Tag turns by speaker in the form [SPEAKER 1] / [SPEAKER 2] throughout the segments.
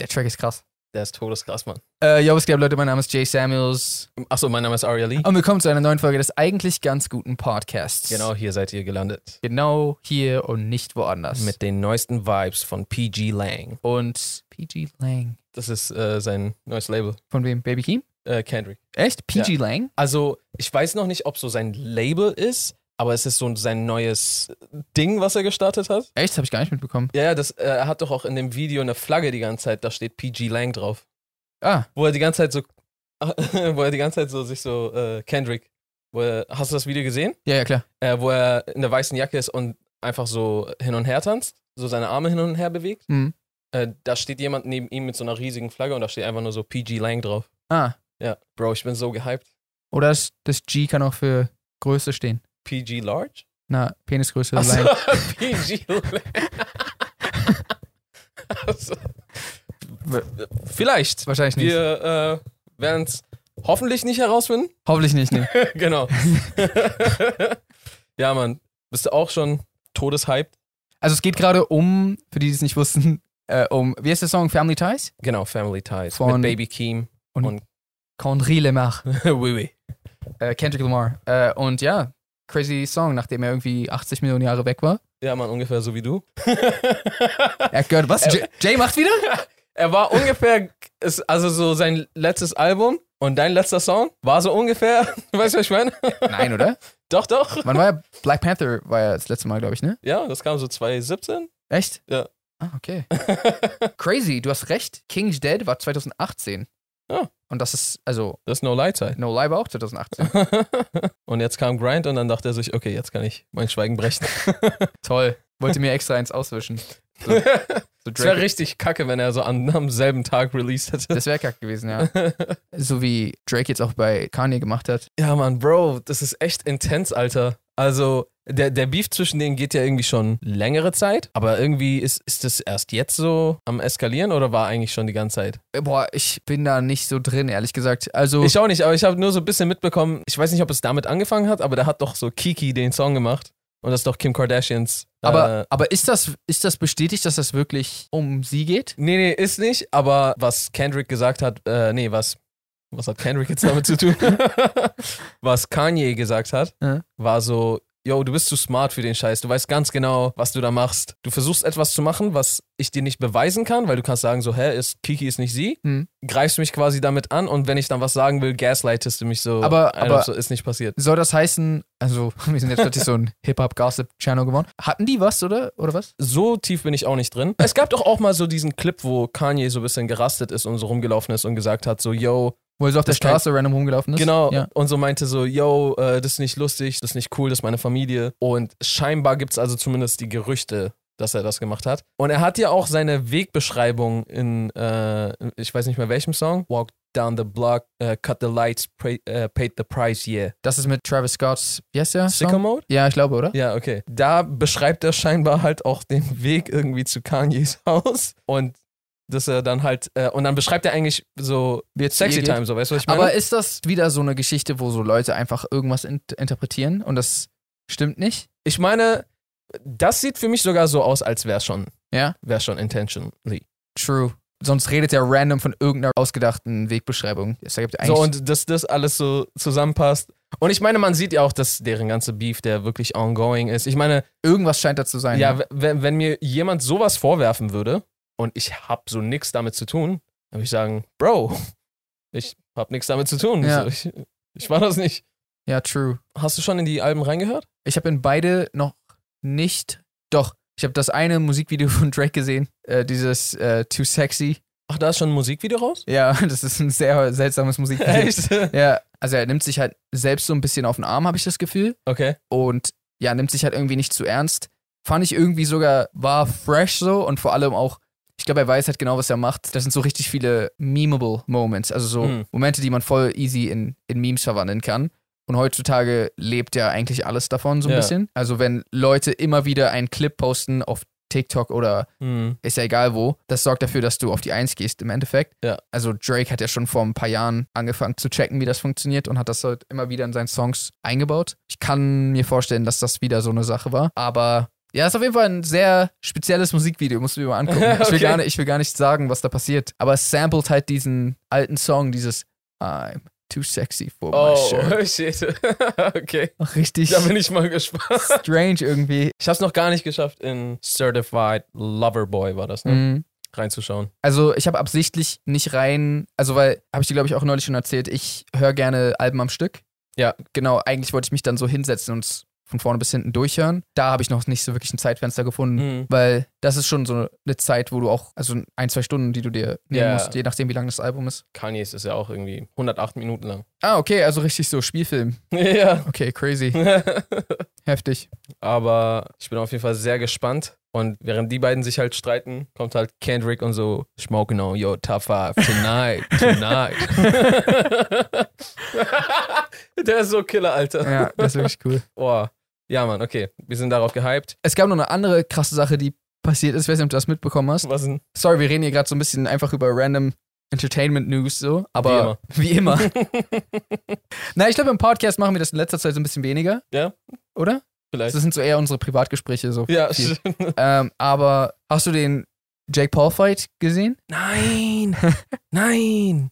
[SPEAKER 1] Der Track ist krass.
[SPEAKER 2] Der ist todeskrass, Mann.
[SPEAKER 1] Äh, yo, was geht ab, Leute? Mein Name ist Jay Samuels.
[SPEAKER 2] Achso, mein Name ist Aria Lee.
[SPEAKER 1] Und willkommen zu einer neuen Folge des eigentlich ganz guten Podcasts.
[SPEAKER 2] Genau, hier seid ihr gelandet.
[SPEAKER 1] Genau hier und nicht woanders.
[SPEAKER 2] Mit den neuesten Vibes von PG Lang.
[SPEAKER 1] und PG Lang.
[SPEAKER 2] Das ist äh, sein neues Label.
[SPEAKER 1] Von wem? Baby Keem?
[SPEAKER 2] Äh, Kendrick.
[SPEAKER 1] Echt? PG Lang?
[SPEAKER 2] Also, ich weiß noch nicht, ob so sein Label ist, aber es ist so sein neues äh, Ding, was er gestartet hat.
[SPEAKER 1] Echt? Das habe ich gar nicht mitbekommen.
[SPEAKER 2] Ja, ja, das, äh, er hat doch auch in dem Video eine Flagge die ganze Zeit, da steht PG Lang drauf.
[SPEAKER 1] Ah,
[SPEAKER 2] Wo er die ganze Zeit so, wo er die ganze Zeit so sich so, äh, Kendrick. Wo er, hast du das Video gesehen?
[SPEAKER 1] ja, ja, klar.
[SPEAKER 2] äh, wo er in der weißen Jacke ist und einfach so hin und her tanzt, so seine Arme hin und her bewegt.
[SPEAKER 1] Mhm.
[SPEAKER 2] Äh, da steht jemand neben ihm mit so einer riesigen Flagge und da steht einfach nur so PG Lang drauf.
[SPEAKER 1] Ah,
[SPEAKER 2] Ja, Bro, ich bin so gehypt.
[SPEAKER 1] oder das, das G kann auch für Größe stehen.
[SPEAKER 2] PG Large?
[SPEAKER 1] Na, Penisgröße
[SPEAKER 2] Achso,
[SPEAKER 1] Lang.
[SPEAKER 2] PG Lang. also, vielleicht.
[SPEAKER 1] Wahrscheinlich nicht.
[SPEAKER 2] Wir äh, werden es hoffentlich nicht herausfinden.
[SPEAKER 1] Hoffentlich nicht, ne?
[SPEAKER 2] genau. ja, Mann. Bist du auch schon todeshyped?
[SPEAKER 1] Also es geht gerade um, für die, die es nicht wussten, äh, um, wie heißt der Song? Family Ties?
[SPEAKER 2] Genau, Family Ties.
[SPEAKER 1] Von-
[SPEAKER 2] mit Baby Keem.
[SPEAKER 1] Condri Lemar.
[SPEAKER 2] oui, oui.
[SPEAKER 1] Äh, Kendrick Lamar. Äh, und ja, crazy Song, nachdem er irgendwie 80 Millionen Jahre weg war.
[SPEAKER 2] Ja, Mann, ungefähr so wie du.
[SPEAKER 1] Er hat gehört,
[SPEAKER 2] Äh,
[SPEAKER 1] was? Jay, Jay macht wieder?
[SPEAKER 2] er war ungefähr, ist also so sein letztes Album und dein letzter Song war so ungefähr, weißt du, was ich meine?
[SPEAKER 1] Nein, oder?
[SPEAKER 2] Doch, doch.
[SPEAKER 1] Wann war er? Black Panther war ja das letzte Mal, glaube ich, ne?
[SPEAKER 2] Ja, das kam so 2017.
[SPEAKER 1] Echt?
[SPEAKER 2] Ja.
[SPEAKER 1] Ah, okay. crazy, du hast recht. King's Dead war 2018.
[SPEAKER 2] Ja.
[SPEAKER 1] Und das ist, also,
[SPEAKER 2] Das ist No Lie Zeit.
[SPEAKER 1] No Lie war auch 2018.
[SPEAKER 2] und jetzt kam Grind und dann dachte er sich, okay, jetzt kann ich mein Schweigen brechen.
[SPEAKER 1] Toll. Wollte mir extra eins auswischen. So,
[SPEAKER 2] Es
[SPEAKER 1] so
[SPEAKER 2] wäre
[SPEAKER 1] Drake.
[SPEAKER 2] richtig kacke, wenn er so an, am selben Tag released hätte.
[SPEAKER 1] Das wäre kacke gewesen, ja. So wie Drake jetzt auch bei Kanye gemacht hat.
[SPEAKER 2] Ja, Mann, Bro, das ist echt intens, Alter. Also, der, der Beef zwischen denen geht ja irgendwie schon längere Zeit, aber irgendwie ist, ist das erst jetzt so am Eskalieren oder war eigentlich schon die ganze Zeit?
[SPEAKER 1] Äh, Boah, ich bin da nicht so drin, ehrlich gesagt. Also,
[SPEAKER 2] Ich auch nicht, aber ich habe nur so ein bisschen mitbekommen, ich weiß nicht, ob es damit angefangen hat, aber da hat doch so Kiki den Song gemacht und das ist doch Kim Kardashians.
[SPEAKER 1] Aber,
[SPEAKER 2] Äh,
[SPEAKER 1] aber ist, das, ist das bestätigt, dass das wirklich um sie geht?
[SPEAKER 2] nee, nee, ist nicht, aber was Kendrick gesagt hat, äh, nee, was. Was hat Kendrick jetzt damit zu tun? was Kanye gesagt hat,
[SPEAKER 1] Ja.
[SPEAKER 2] war so, yo, du bist zu smart für den Scheiß. Du weißt ganz genau, was du da machst. Du versuchst etwas zu machen, was ich dir nicht beweisen kann, weil du kannst sagen so, hä, ist, Kiki ist nicht sie.
[SPEAKER 1] Mhm.
[SPEAKER 2] Greifst mich quasi damit an und wenn ich dann was sagen will, gaslightest du mich so.
[SPEAKER 1] Aber-
[SPEAKER 2] I don't
[SPEAKER 1] aber-
[SPEAKER 2] know, so, ist nicht passiert.
[SPEAKER 1] Soll das heißen, also wir sind jetzt plötzlich so ein Hip-Hop-Gossip-Channel geworden. Hatten die was, oder? Oder was?
[SPEAKER 2] so tief bin ich auch nicht drin. Es gab doch auch mal so diesen Clip, wo Kanye so ein bisschen gerastet ist und so rumgelaufen ist und gesagt hat, so, yo,
[SPEAKER 1] Wo er so auf
[SPEAKER 2] Das
[SPEAKER 1] der Straße random rumgelaufen ist?
[SPEAKER 2] genau,
[SPEAKER 1] Ja.
[SPEAKER 2] und so meinte so, yo, äh, das ist nicht lustig, das ist nicht cool, das ist meine Familie. Und scheinbar gibt es also zumindest die Gerüchte, dass er das gemacht hat. Und er hat ja auch seine Wegbeschreibung in, äh, ich weiß nicht mehr welchem Song, Walk Down the Block, äh, Cut the Lights, pray, äh, Paid the Price, yeah.
[SPEAKER 1] Das ist mit Travis Scott's, wie heißt der? Song?
[SPEAKER 2] Sicko Mode?
[SPEAKER 1] Ja, ich glaube, oder?
[SPEAKER 2] Ja, okay. Da beschreibt er scheinbar halt auch den Weg irgendwie zu Kanyes Haus und dass er dann halt äh, und dann beschreibt er eigentlich so
[SPEAKER 1] Wie jetzt
[SPEAKER 2] Sexy
[SPEAKER 1] ihr geht.
[SPEAKER 2] Time, so weißt du, was ich meine?
[SPEAKER 1] Aber ist das wieder so eine Geschichte, wo so Leute einfach irgendwas in interpretieren und das stimmt nicht?
[SPEAKER 2] ich meine, das sieht für mich sogar so aus, als wäre schon,
[SPEAKER 1] Ja.
[SPEAKER 2] wäre schon intentionally.
[SPEAKER 1] True. Sonst redet er random von irgendeiner ausgedachten Wegbeschreibung. Das ergibt eigentlich
[SPEAKER 2] So und dass das alles so zusammenpasst. Und ich meine, man sieht ja auch, dass deren ganze Beef, der wirklich ongoing ist. Ich meine,
[SPEAKER 1] irgendwas scheint da zu sein.
[SPEAKER 2] ja, w- wenn, wenn mir jemand sowas vorwerfen würde und ich hab so nichts damit zu tun, dann würde ich sagen, Bro, ich hab nichts damit zu tun.
[SPEAKER 1] Ja.
[SPEAKER 2] So, ich, ich war das nicht.
[SPEAKER 1] ja true.
[SPEAKER 2] Hast du schon in die Alben reingehört?
[SPEAKER 1] Ich habe in beide noch nicht. Doch, ich habe das eine Musikvideo von Drake gesehen, äh, dieses äh, Too Sexy.
[SPEAKER 2] Ach, da ist schon ein Musikvideo raus?
[SPEAKER 1] Ja, das ist ein sehr seltsames Musikvideo. Ja, also er nimmt sich halt selbst so ein bisschen auf den Arm, habe ich das Gefühl.
[SPEAKER 2] Okay.
[SPEAKER 1] Und ja, nimmt sich halt irgendwie nicht zu ernst. Fand ich irgendwie sogar, war fresh so und vor allem auch, ich glaube, er weiß halt genau, was er macht. Das sind so richtig viele memeable Moments, also so
[SPEAKER 2] Mhm.
[SPEAKER 1] Momente, die man voll easy in, in Memes verwandeln kann. Und heutzutage lebt ja eigentlich alles davon so ein
[SPEAKER 2] Ja.
[SPEAKER 1] bisschen. Also wenn Leute immer wieder einen Clip posten, auf TikTok oder
[SPEAKER 2] Hm.
[SPEAKER 1] ist ja egal wo, das sorgt dafür, dass du auf die Eins gehst im Endeffekt.
[SPEAKER 2] Ja.
[SPEAKER 1] Also Drake hat ja schon vor ein paar Jahren angefangen zu checken, wie das funktioniert und hat das halt immer wieder in seinen Songs eingebaut. Ich kann mir vorstellen, dass das wieder so eine Sache war, aber ja, ist auf jeden Fall ein sehr spezielles Musikvideo, musst du dir mal angucken. ich, will
[SPEAKER 2] Okay.
[SPEAKER 1] gar nicht, ich will gar nicht sagen, was da passiert, aber es samplet halt diesen alten Song, dieses I'm too sexy for my shirt.
[SPEAKER 2] Oh, shit. okay.
[SPEAKER 1] Richtig
[SPEAKER 2] Da bin ich mal gespannt.
[SPEAKER 1] strange irgendwie.
[SPEAKER 2] Ich hab's noch gar nicht geschafft, in Certified Lover Boy war das, ne?
[SPEAKER 1] Mhm.
[SPEAKER 2] Reinzuschauen.
[SPEAKER 1] Also ich habe absichtlich nicht rein, also weil, habe ich dir glaube ich auch neulich schon erzählt, ich höre gerne Alben am Stück.
[SPEAKER 2] Ja.
[SPEAKER 1] Genau, eigentlich wollte ich mich dann so hinsetzen und es von vorne bis hinten durchhören. Da habe ich noch nicht so wirklich ein Zeitfenster gefunden,
[SPEAKER 2] Mhm.
[SPEAKER 1] weil das ist schon so eine Zeit, wo du auch, also ein, zwei Stunden, die du dir nehmen
[SPEAKER 2] Ja.
[SPEAKER 1] musst, je nachdem, wie lang das Album ist.
[SPEAKER 2] Kanye's ist ja auch irgendwie 108 Minuten lang.
[SPEAKER 1] Ah, okay, also richtig so, Spielfilm.
[SPEAKER 2] ja.
[SPEAKER 1] Okay,
[SPEAKER 2] Mhm.
[SPEAKER 1] crazy. Heftig.
[SPEAKER 2] Aber ich bin auf jeden Fall sehr gespannt. Und während die beiden sich halt streiten, kommt halt Kendrick und so, Smoking on your top five tonight, tonight. Der ist so Killer, Alter.
[SPEAKER 1] Ja, das ist wirklich cool.
[SPEAKER 2] Boah. Ja, Mann, okay. Wir sind darauf gehypt.
[SPEAKER 1] Es gab noch eine andere krasse Sache, die passiert ist. Ich weiß nicht, ob du das mitbekommen hast.
[SPEAKER 2] Was denn?
[SPEAKER 1] Sorry, wir reden hier gerade so ein bisschen einfach über random Entertainment News so, aber
[SPEAKER 2] aber-
[SPEAKER 1] wie immer. Na, ich glaube im Podcast machen wir das in letzter Zeit so ein bisschen weniger.
[SPEAKER 2] Ja.
[SPEAKER 1] Oder? Das
[SPEAKER 2] Vielleicht.
[SPEAKER 1] sind so eher unsere Privatgespräche so.
[SPEAKER 2] Ja,
[SPEAKER 1] Viel. Ähm, aber hast du den Jake Paul Fight gesehen?
[SPEAKER 2] Nein! Nein!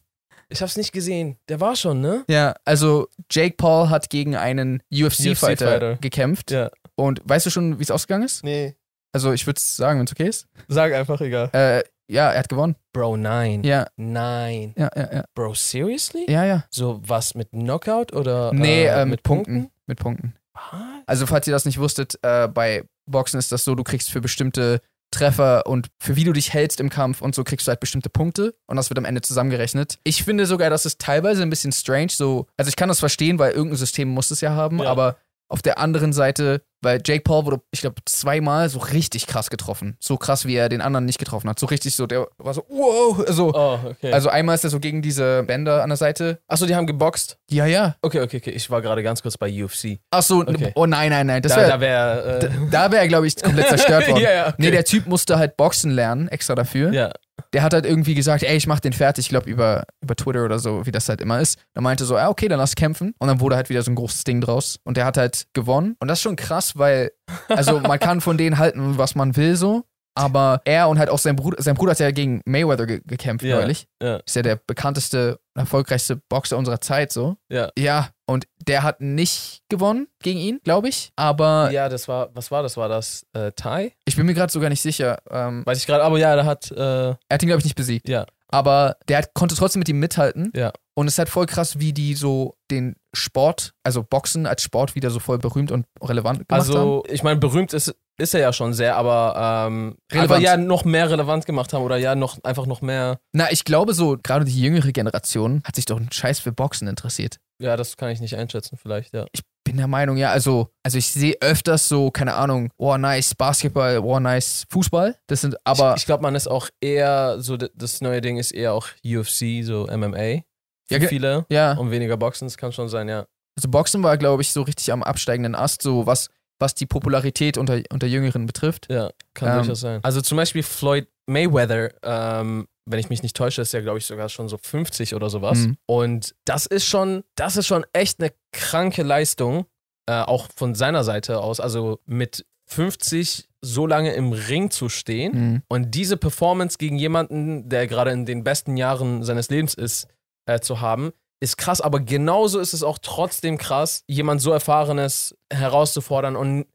[SPEAKER 2] Ich hab's nicht gesehen. Der war schon, ne?
[SPEAKER 1] Ja, also Jake Paul hat gegen einen UFC Fighter,
[SPEAKER 2] Fighter.
[SPEAKER 1] gekämpft
[SPEAKER 2] Ja.
[SPEAKER 1] und weißt du schon, wie es ausgegangen ist?
[SPEAKER 2] Nee.
[SPEAKER 1] Also, ich würde sagen, wenn es okay ist.
[SPEAKER 2] Sag einfach egal.
[SPEAKER 1] Äh, ja, er hat gewonnen.
[SPEAKER 2] Bro, nein.
[SPEAKER 1] Ja,
[SPEAKER 2] Nein.
[SPEAKER 1] ja, ja, ja.
[SPEAKER 2] Bro, seriously?
[SPEAKER 1] Ja, ja.
[SPEAKER 2] So was mit Knockout oder
[SPEAKER 1] Nee,
[SPEAKER 2] äh,
[SPEAKER 1] äh, mit Punkten, mit Punkten.
[SPEAKER 2] Was?
[SPEAKER 1] Also, falls ihr das nicht wusstet, äh, bei Boxen ist das so, du kriegst für bestimmte Treffer und für wie du dich hältst im Kampf und so kriegst du halt bestimmte Punkte und das wird am Ende zusammengerechnet. Ich finde sogar, das ist teilweise ein bisschen strange, so, also ich kann das verstehen, weil irgendein System muss es ja haben,
[SPEAKER 2] Ja.
[SPEAKER 1] aber auf der anderen Seite, weil Jake Paul wurde, ich glaube, zweimal so richtig krass getroffen. So krass, wie er den anderen nicht getroffen hat. So richtig so, der war so, wow, so.
[SPEAKER 2] Oh, okay.
[SPEAKER 1] Also einmal ist er so gegen diese Bänder an der Seite.
[SPEAKER 2] achso, die haben geboxt.
[SPEAKER 1] Ja, ja.
[SPEAKER 2] Okay, okay, okay. Ich war gerade ganz kurz bei UFC.
[SPEAKER 1] Ach so,
[SPEAKER 2] Okay.
[SPEAKER 1] oh nein, nein, nein. Das
[SPEAKER 2] da
[SPEAKER 1] wär,
[SPEAKER 2] da wäre. Äh,
[SPEAKER 1] da wäre er, glaube ich, komplett zerstört worden.
[SPEAKER 2] Ja, ja, okay.
[SPEAKER 1] Nee, der Typ musste halt Boxen lernen, extra dafür.
[SPEAKER 2] ja.
[SPEAKER 1] Der hat halt irgendwie gesagt, ey, ich mach den fertig, ich glaube, über, über Twitter oder so, wie das halt immer ist. Dann meinte so, ja, okay, dann lass kämpfen. Und dann wurde halt wieder so ein großes Ding draus. Und der hat halt gewonnen. Und das ist schon krass, weil, also man kann von denen halten, was man will, so. Aber er und halt auch sein Bruder, sein Bruder hat ja gegen Mayweather ge gekämpft
[SPEAKER 2] Ja,
[SPEAKER 1] neulich.
[SPEAKER 2] ja.
[SPEAKER 1] Ist ja der bekannteste, erfolgreichste Boxer unserer Zeit, so.
[SPEAKER 2] Ja.
[SPEAKER 1] Ja, und der hat nicht gewonnen gegen ihn, glaube ich. Aber
[SPEAKER 2] ja, das war. Was war das? War das äh, Thai?
[SPEAKER 1] ich bin mir gerade sogar nicht sicher. Ähm,
[SPEAKER 2] Weiß ich gerade. Aber ja, da hat. Äh,
[SPEAKER 1] Er hat ihn, glaube ich, nicht besiegt.
[SPEAKER 2] Ja.
[SPEAKER 1] Aber der hat, konnte trotzdem mit ihm mithalten.
[SPEAKER 2] Ja.
[SPEAKER 1] Und es ist halt voll krass, wie die so den Sport, also Boxen als Sport wieder so voll berühmt und relevant gemacht haben.
[SPEAKER 2] also, ich meine, berühmt ist, ist er ja schon sehr, aber. Ähm,
[SPEAKER 1] Relevant.
[SPEAKER 2] Einfach ja noch mehr relevant gemacht haben oder ja noch einfach noch mehr.
[SPEAKER 1] Na, ich glaube so, gerade die jüngere Generation hat sich doch einen Scheiß für Boxen interessiert.
[SPEAKER 2] Ja, das kann ich nicht einschätzen, vielleicht, ja.
[SPEAKER 1] Bin der Meinung, ja, also, also ich sehe öfters so, keine Ahnung, oh nice Basketball, oh nice Fußball. Das sind aber,
[SPEAKER 2] ich ich glaube, man ist auch eher, so d- das neue Ding ist eher auch UFC, so MMA. Für
[SPEAKER 1] Ja, ge-
[SPEAKER 2] viele.
[SPEAKER 1] ja,
[SPEAKER 2] Und weniger Boxen, das kann schon sein, ja.
[SPEAKER 1] also Boxen war, glaube ich, so richtig am absteigenden Ast, so was, was die Popularität unter, unter Jüngeren betrifft.
[SPEAKER 2] Ja, kann
[SPEAKER 1] Ähm,
[SPEAKER 2] durchaus sein. Also zum Beispiel Floyd Mayweather, ähm, wenn ich mich nicht täusche, ist ja, glaube ich, sogar schon so 50 oder sowas.
[SPEAKER 1] Mhm.
[SPEAKER 2] Und das ist schon, das ist schon echt eine kranke Leistung, äh, auch von seiner Seite aus. Also mit 50 so lange im Ring zu stehen
[SPEAKER 1] Mhm.
[SPEAKER 2] und diese Performance gegen jemanden, der gerade in den besten Jahren seines Lebens ist, äh, zu haben, ist krass. Aber genauso ist es auch trotzdem krass, jemand so Erfahrenes herauszufordern und,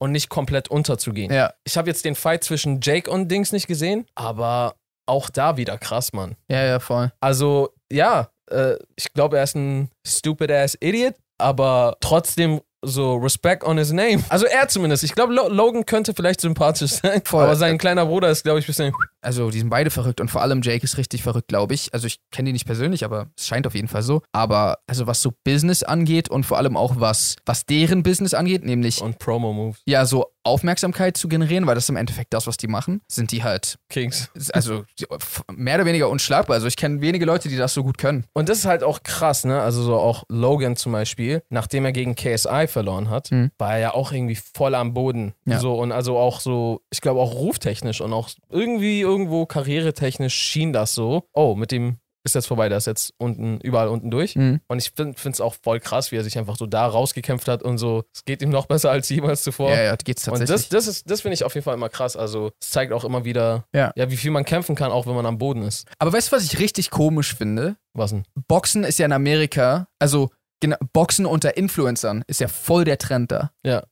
[SPEAKER 2] und nicht komplett unterzugehen.
[SPEAKER 1] Ja,
[SPEAKER 2] Ich habe jetzt den Fight zwischen Jake und Dings nicht gesehen, aber auch da wieder krass, Mann.
[SPEAKER 1] ja, ja, voll.
[SPEAKER 2] Also, ja, äh, ich glaube, er ist ein stupid ass Idiot, aber trotzdem so Respect on his name. Also er zumindest. Ich glaube, Lo Logan könnte vielleicht sympathisch sein,
[SPEAKER 1] Voll.
[SPEAKER 2] aber sein kleiner Bruder ist, glaube ich, ein bisschen
[SPEAKER 1] Also, die sind beide verrückt und vor allem Jake ist richtig verrückt, glaube ich. Also, ich kenne die nicht persönlich, aber es scheint auf jeden Fall so. Aber also, was so Business angeht und vor allem auch was, was deren Business angeht, nämlich
[SPEAKER 2] Und Promo-Moves.
[SPEAKER 1] ja, so Aufmerksamkeit zu generieren, weil das ist im Endeffekt das, was die machen, sind die halt,
[SPEAKER 2] Kings.
[SPEAKER 1] also mehr oder weniger unschlagbar. Also, ich kenne wenige Leute, die das so gut können.
[SPEAKER 2] Und das ist halt auch krass, ne? Also so auch Logan zum Beispiel, nachdem er gegen KSI verloren hat,
[SPEAKER 1] Mhm.
[SPEAKER 2] war er ja auch irgendwie voll am Boden.
[SPEAKER 1] Ja.
[SPEAKER 2] So und also auch so, ich glaube auch ruftechnisch und auch irgendwie irgendwo karrieretechnisch schien das so. Oh, mit dem ist jetzt vorbei, der ist jetzt unten, überall unten durch.
[SPEAKER 1] Mhm.
[SPEAKER 2] Und ich finde es auch voll krass, wie er sich einfach so da rausgekämpft hat und so, es geht ihm noch besser als jemals zuvor.
[SPEAKER 1] Ja, ja, geht's
[SPEAKER 2] Und das,
[SPEAKER 1] tatsächlich.
[SPEAKER 2] das, ist- das finde ich auf jeden Fall immer krass. Also, es zeigt auch immer wieder,
[SPEAKER 1] Ja.
[SPEAKER 2] wie viel man kämpfen kann, auch wenn man am Boden ist.
[SPEAKER 1] aber weißt du, was ich richtig komisch finde?
[SPEAKER 2] Was denn?
[SPEAKER 1] Boxen ist ja in Amerika, also genau, Boxen unter Influencern ist ja voll der Trend da.
[SPEAKER 2] Ja.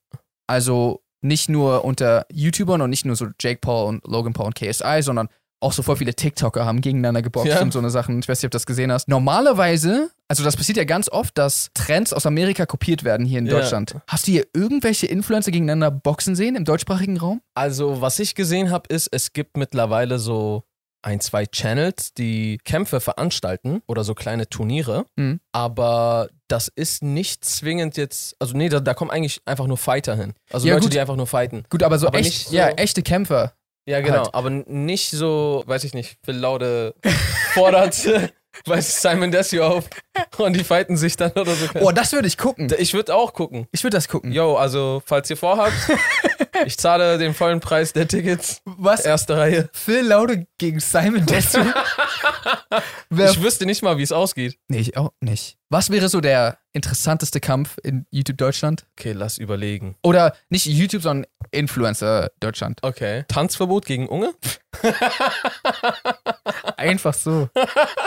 [SPEAKER 1] Also nicht nur unter YouTubern und nicht nur so Jake Paul und Logan Paul und KSI, sondern auch so voll viele TikToker haben gegeneinander geboxt
[SPEAKER 2] Ja.
[SPEAKER 1] und so eine Sachen. Ich weiß nicht, ob du das gesehen hast. Normalerweise, also das passiert ja ganz oft, dass Trends aus Amerika kopiert werden hier in
[SPEAKER 2] Ja.
[SPEAKER 1] Deutschland. Hast du hier irgendwelche Influencer gegeneinander boxen sehen im deutschsprachigen Raum?
[SPEAKER 2] Also, was ich gesehen habe, ist, es gibt mittlerweile so ein, zwei Channels, die Kämpfe veranstalten oder so kleine Turniere.
[SPEAKER 1] Mhm.
[SPEAKER 2] Aber das ist nicht zwingend jetzt, also nee, da, da kommen eigentlich einfach nur Fighter hin. Also
[SPEAKER 1] Ja,
[SPEAKER 2] Leute,
[SPEAKER 1] gut.
[SPEAKER 2] die einfach nur fighten.
[SPEAKER 1] Gut, aber so
[SPEAKER 2] Aber
[SPEAKER 1] echt,
[SPEAKER 2] nicht so-
[SPEAKER 1] ja, echte Kämpfer.
[SPEAKER 2] Ja, genau,
[SPEAKER 1] Halt.
[SPEAKER 2] aber n- nicht so, weiß ich nicht, Phil Laude fordert, weiß Simon Desio auf und die fighten sich dann oder so.
[SPEAKER 1] Oh, das würde ich gucken.
[SPEAKER 2] Ich würde auch gucken.
[SPEAKER 1] Ich würde das gucken.
[SPEAKER 2] Yo, also, falls ihr vorhabt, ich zahle den vollen Preis der Tickets.
[SPEAKER 1] Was
[SPEAKER 2] Erste Reihe.
[SPEAKER 1] Phil Laude gegen Simon Desu. Wer
[SPEAKER 2] Ich wüsste nicht mal, wie es ausgeht.
[SPEAKER 1] nee, ich auch nicht. Was wäre so der interessanteste Kampf in YouTube Deutschland?
[SPEAKER 2] Okay, lass überlegen.
[SPEAKER 1] Oder nicht YouTube, sondern Influencer Deutschland.
[SPEAKER 2] Okay. Tanzverbot gegen Unge?
[SPEAKER 1] Einfach so.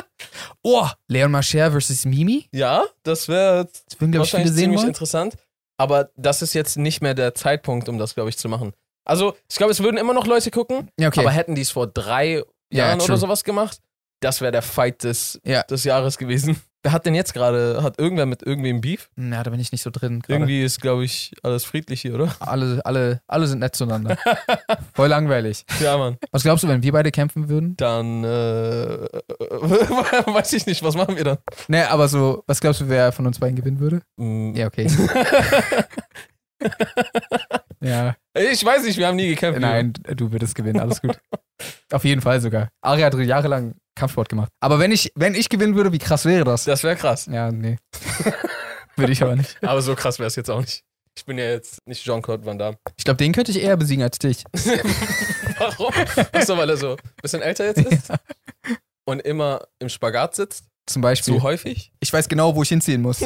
[SPEAKER 1] oh, Leon Mascher versus Mimi?
[SPEAKER 2] Ja, das wäre
[SPEAKER 1] Das würden, glaube ich,
[SPEAKER 2] wahrscheinlich
[SPEAKER 1] viele sehen
[SPEAKER 2] ziemlich
[SPEAKER 1] wollen.
[SPEAKER 2] interessant. Aber das ist jetzt nicht mehr der Zeitpunkt, um das, glaube ich, zu machen. Also, ich glaube, es würden immer noch Leute gucken,
[SPEAKER 1] Ja, okay.
[SPEAKER 2] Aber hätten die es vor drei
[SPEAKER 1] Ja,
[SPEAKER 2] Jahren
[SPEAKER 1] true.
[SPEAKER 2] oder sowas gemacht, das wäre der Fight des,
[SPEAKER 1] Ja.
[SPEAKER 2] des Jahres gewesen. Wer hat denn jetzt gerade, hat irgendwer mit irgendwem Beef?
[SPEAKER 1] Na, Hm, da bin ich nicht so drin. gerade.
[SPEAKER 2] Irgendwie ist, glaube ich, alles friedlich hier, oder?
[SPEAKER 1] Alle, alle, alle sind nett zueinander. Voll langweilig.
[SPEAKER 2] Ja, Mann.
[SPEAKER 1] Was glaubst du, wenn wir beide kämpfen würden?
[SPEAKER 2] Dann, äh, weiß ich nicht, was machen wir dann?
[SPEAKER 1] Nee, aber so, was glaubst du, wer von uns beiden gewinnen würde?
[SPEAKER 2] Hm,
[SPEAKER 1] Ja, okay. ja.
[SPEAKER 2] Ich weiß nicht, wir haben nie gekämpft.
[SPEAKER 1] Nein, du würdest gewinnen, alles gut. Auf jeden Fall sogar. Ari hat jahrelang Kampfsport gemacht. Aber wenn ich, wenn ich gewinnen würde, wie krass wäre das?
[SPEAKER 2] Das wäre krass.
[SPEAKER 1] Ja, nee. würde ich aber nicht.
[SPEAKER 2] Aber so krass wäre es jetzt auch nicht. Ich bin ja jetzt nicht Jean-Claude Van Damme.
[SPEAKER 1] Ich glaube, den könnte ich eher besiegen als dich.
[SPEAKER 2] Warum? Achso, weil er so ein bisschen älter jetzt ist und immer im Spagat sitzt.
[SPEAKER 1] Zum Beispiel.
[SPEAKER 2] Zu häufig.
[SPEAKER 1] Ich weiß genau, wo ich hinziehen muss.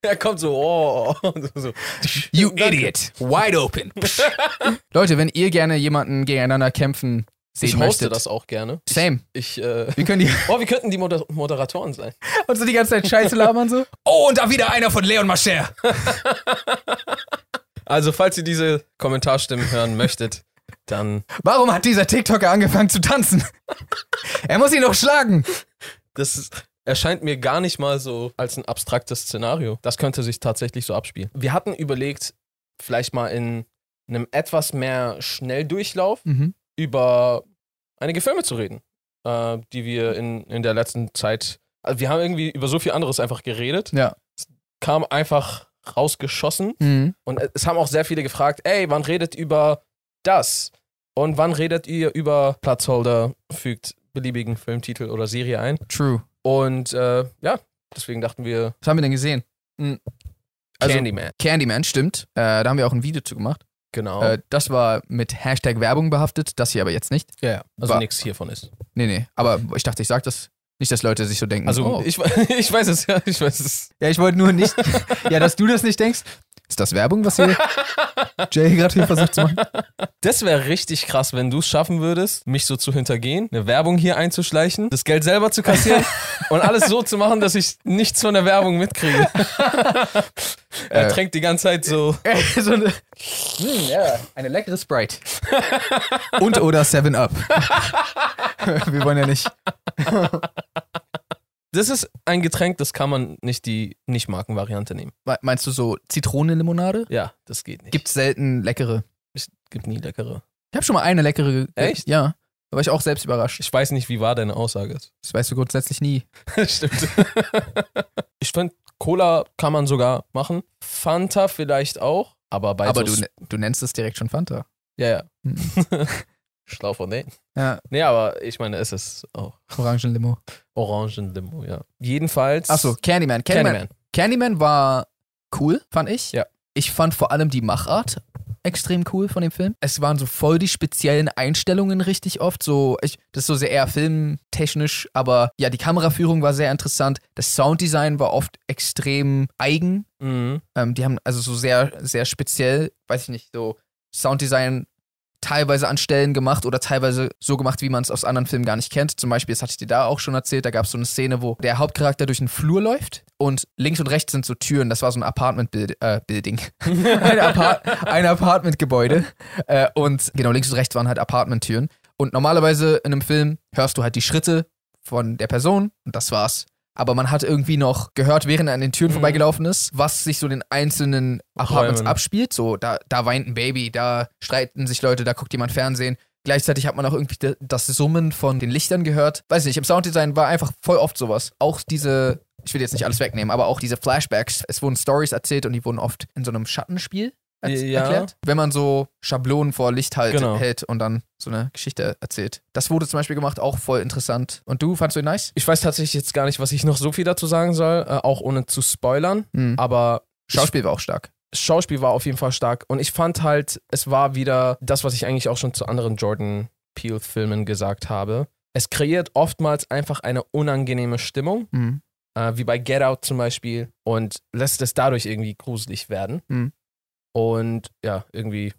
[SPEAKER 2] Er kommt so, oh, und so.
[SPEAKER 1] You
[SPEAKER 2] Danke.
[SPEAKER 1] idiot. Wide open. Leute, wenn ihr gerne jemanden gegeneinander kämpfen sehen
[SPEAKER 2] Ich hoste
[SPEAKER 1] möchtet.
[SPEAKER 2] das auch gerne.
[SPEAKER 1] Same.
[SPEAKER 2] Ich, äh,
[SPEAKER 1] Wir können die
[SPEAKER 2] oh, wir könnten die Moder Moderatoren sein.
[SPEAKER 1] und so die ganze Zeit Scheiße labern so. Oh, und da wieder einer von Leon Mascher.
[SPEAKER 2] Also, falls ihr diese Kommentarstimmen hören möchtet, dann,
[SPEAKER 1] Warum hat dieser TikToker angefangen zu tanzen? er muss ihn doch schlagen.
[SPEAKER 2] das ist, erscheint mir gar nicht mal so als ein abstraktes Szenario. Das könnte sich tatsächlich so abspielen. Wir hatten überlegt, vielleicht mal in einem etwas mehr Schnelldurchlauf
[SPEAKER 1] Mhm.
[SPEAKER 2] über einige Filme zu reden, äh, die wir in, in der letzten Zeit, also wir haben irgendwie über so viel anderes einfach geredet.
[SPEAKER 1] Ja.
[SPEAKER 2] Es kam einfach rausgeschossen.
[SPEAKER 1] Mhm.
[SPEAKER 2] Und es haben auch sehr viele gefragt, ey, wann redet über das? Und wann redet ihr über Platzholder, fügt beliebigen Filmtitel oder Serie ein?
[SPEAKER 1] True.
[SPEAKER 2] Und äh, ja, deswegen dachten wir,
[SPEAKER 1] Was haben wir denn gesehen? Also-
[SPEAKER 2] Candyman.
[SPEAKER 1] Candyman, stimmt. Äh, da haben wir auch ein Video zu gemacht.
[SPEAKER 2] Genau.
[SPEAKER 1] Äh, das war mit Hashtag Werbung behaftet, das hier aber jetzt nicht.
[SPEAKER 2] ja, ja. also
[SPEAKER 1] wa-
[SPEAKER 2] nichts hiervon ist.
[SPEAKER 1] Nee, nee. Aber ich dachte, ich sag das. Nicht, dass Leute sich so denken.
[SPEAKER 2] Also
[SPEAKER 1] oh.
[SPEAKER 2] ich, we- ich weiß es, ja, ich weiß es.
[SPEAKER 1] ja, ich wollte nur nicht, ja, dass du das nicht denkst. Ist das Werbung, was hier Jay gerade hier versucht zu machen?
[SPEAKER 2] Das wäre richtig krass, wenn du es schaffen würdest, mich so zu hintergehen, eine Werbung hier einzuschleichen, das Geld selber zu kassieren und alles so zu machen, dass ich nichts von der Werbung mitkriege. er
[SPEAKER 1] Äh.
[SPEAKER 2] trinkt die ganze Zeit so
[SPEAKER 1] so eine, Hm, ja, eine leckere Sprite. Und oder 7-Up. wir wollen ja nicht.
[SPEAKER 2] Das ist ein Getränk, das kann man nicht die Nicht-Marken-Variante nehmen.
[SPEAKER 1] Me- Meinst du so Zitronenlimonade?
[SPEAKER 2] Ja, das geht nicht.
[SPEAKER 1] Gibt selten leckere.
[SPEAKER 2] es gibt nie leckere.
[SPEAKER 1] Ich habe schon mal eine leckere. ge-
[SPEAKER 2] Echt?
[SPEAKER 1] Ja. Da war ich auch selbst überrascht.
[SPEAKER 2] Ich weiß nicht, wie wahr deine Aussage ist.
[SPEAKER 1] Das weißt du grundsätzlich nie.
[SPEAKER 2] Stimmt. ich finde, Cola kann man sogar machen. Fanta vielleicht auch. Aber bei
[SPEAKER 1] Aber
[SPEAKER 2] so
[SPEAKER 1] du, ne- du nennst es direkt schon Fanta.
[SPEAKER 2] Ja, ja.
[SPEAKER 1] Hm.
[SPEAKER 2] Schlau von denen.
[SPEAKER 1] Ja,
[SPEAKER 2] Nee, aber ich meine, es ist auch
[SPEAKER 1] Orangenlimo.
[SPEAKER 2] Orangenlimo, ja. Jedenfalls.
[SPEAKER 1] Achso, Candyman. Candyman.
[SPEAKER 2] Candyman.
[SPEAKER 1] Candyman war cool, fand ich.
[SPEAKER 2] Ja.
[SPEAKER 1] Ich fand vor allem die Machart extrem cool von dem Film. Es waren so voll die speziellen Einstellungen richtig oft. So, ich, das ist so sehr eher filmtechnisch, aber ja, die Kameraführung war sehr interessant. Das Sounddesign war oft extrem eigen.
[SPEAKER 2] Mhm.
[SPEAKER 1] Ähm, die haben also so sehr, sehr speziell, weiß ich nicht, so Sounddesign teilweise an Stellen gemacht oder teilweise so gemacht, wie man es aus anderen Filmen gar nicht kennt. Zum Beispiel, das hatte ich dir da auch schon erzählt, da gab es so eine Szene, wo der Hauptcharakter durch einen Flur läuft und links und rechts sind so Türen. Das war so ein Apartment-Building. ein, Apart ein Apartmentgebäude. Äh, und genau, links und rechts waren halt Apartmenttüren. Und normalerweise in einem Film hörst du halt die Schritte von der Person und das war's. Aber man hat irgendwie noch gehört, während er an den Türen
[SPEAKER 2] Mhm.
[SPEAKER 1] vorbeigelaufen ist, was sich so in den einzelnen Apartments
[SPEAKER 2] Räumen.
[SPEAKER 1] abspielt. So, da, da weint ein Baby, da streiten sich Leute, da guckt jemand Fernsehen. Gleichzeitig hat man auch irgendwie de- das Summen von den Lichtern gehört. Weiß nicht, im Sounddesign war einfach voll oft sowas. Auch diese, ich will jetzt nicht alles wegnehmen, aber auch diese Flashbacks. Es wurden Stories erzählt und die wurden oft in so einem Schattenspiel erz-
[SPEAKER 2] Ja.
[SPEAKER 1] erklärt. Wenn man so Schablonen vor Licht halt
[SPEAKER 2] Genau.
[SPEAKER 1] hält und dann so eine Geschichte erzählt. Das wurde zum Beispiel gemacht, auch voll interessant. Und du, fandst du ihn nice?
[SPEAKER 2] Ich weiß tatsächlich jetzt gar nicht, was ich noch so viel dazu sagen soll, äh, auch ohne zu spoilern.
[SPEAKER 1] Mhm.
[SPEAKER 2] Aber
[SPEAKER 1] Schauspiel war auch stark.
[SPEAKER 2] Schauspiel war auf jeden Fall stark. Und ich fand halt, es war wieder das, was ich eigentlich auch schon zu anderen Jordan Peele-Filmen gesagt habe. Es kreiert oftmals einfach eine unangenehme Stimmung,
[SPEAKER 1] Mhm.
[SPEAKER 2] äh, wie bei Get Out zum Beispiel, und lässt es dadurch irgendwie gruselig werden.
[SPEAKER 1] Mhm.
[SPEAKER 2] Und ja, irgendwie.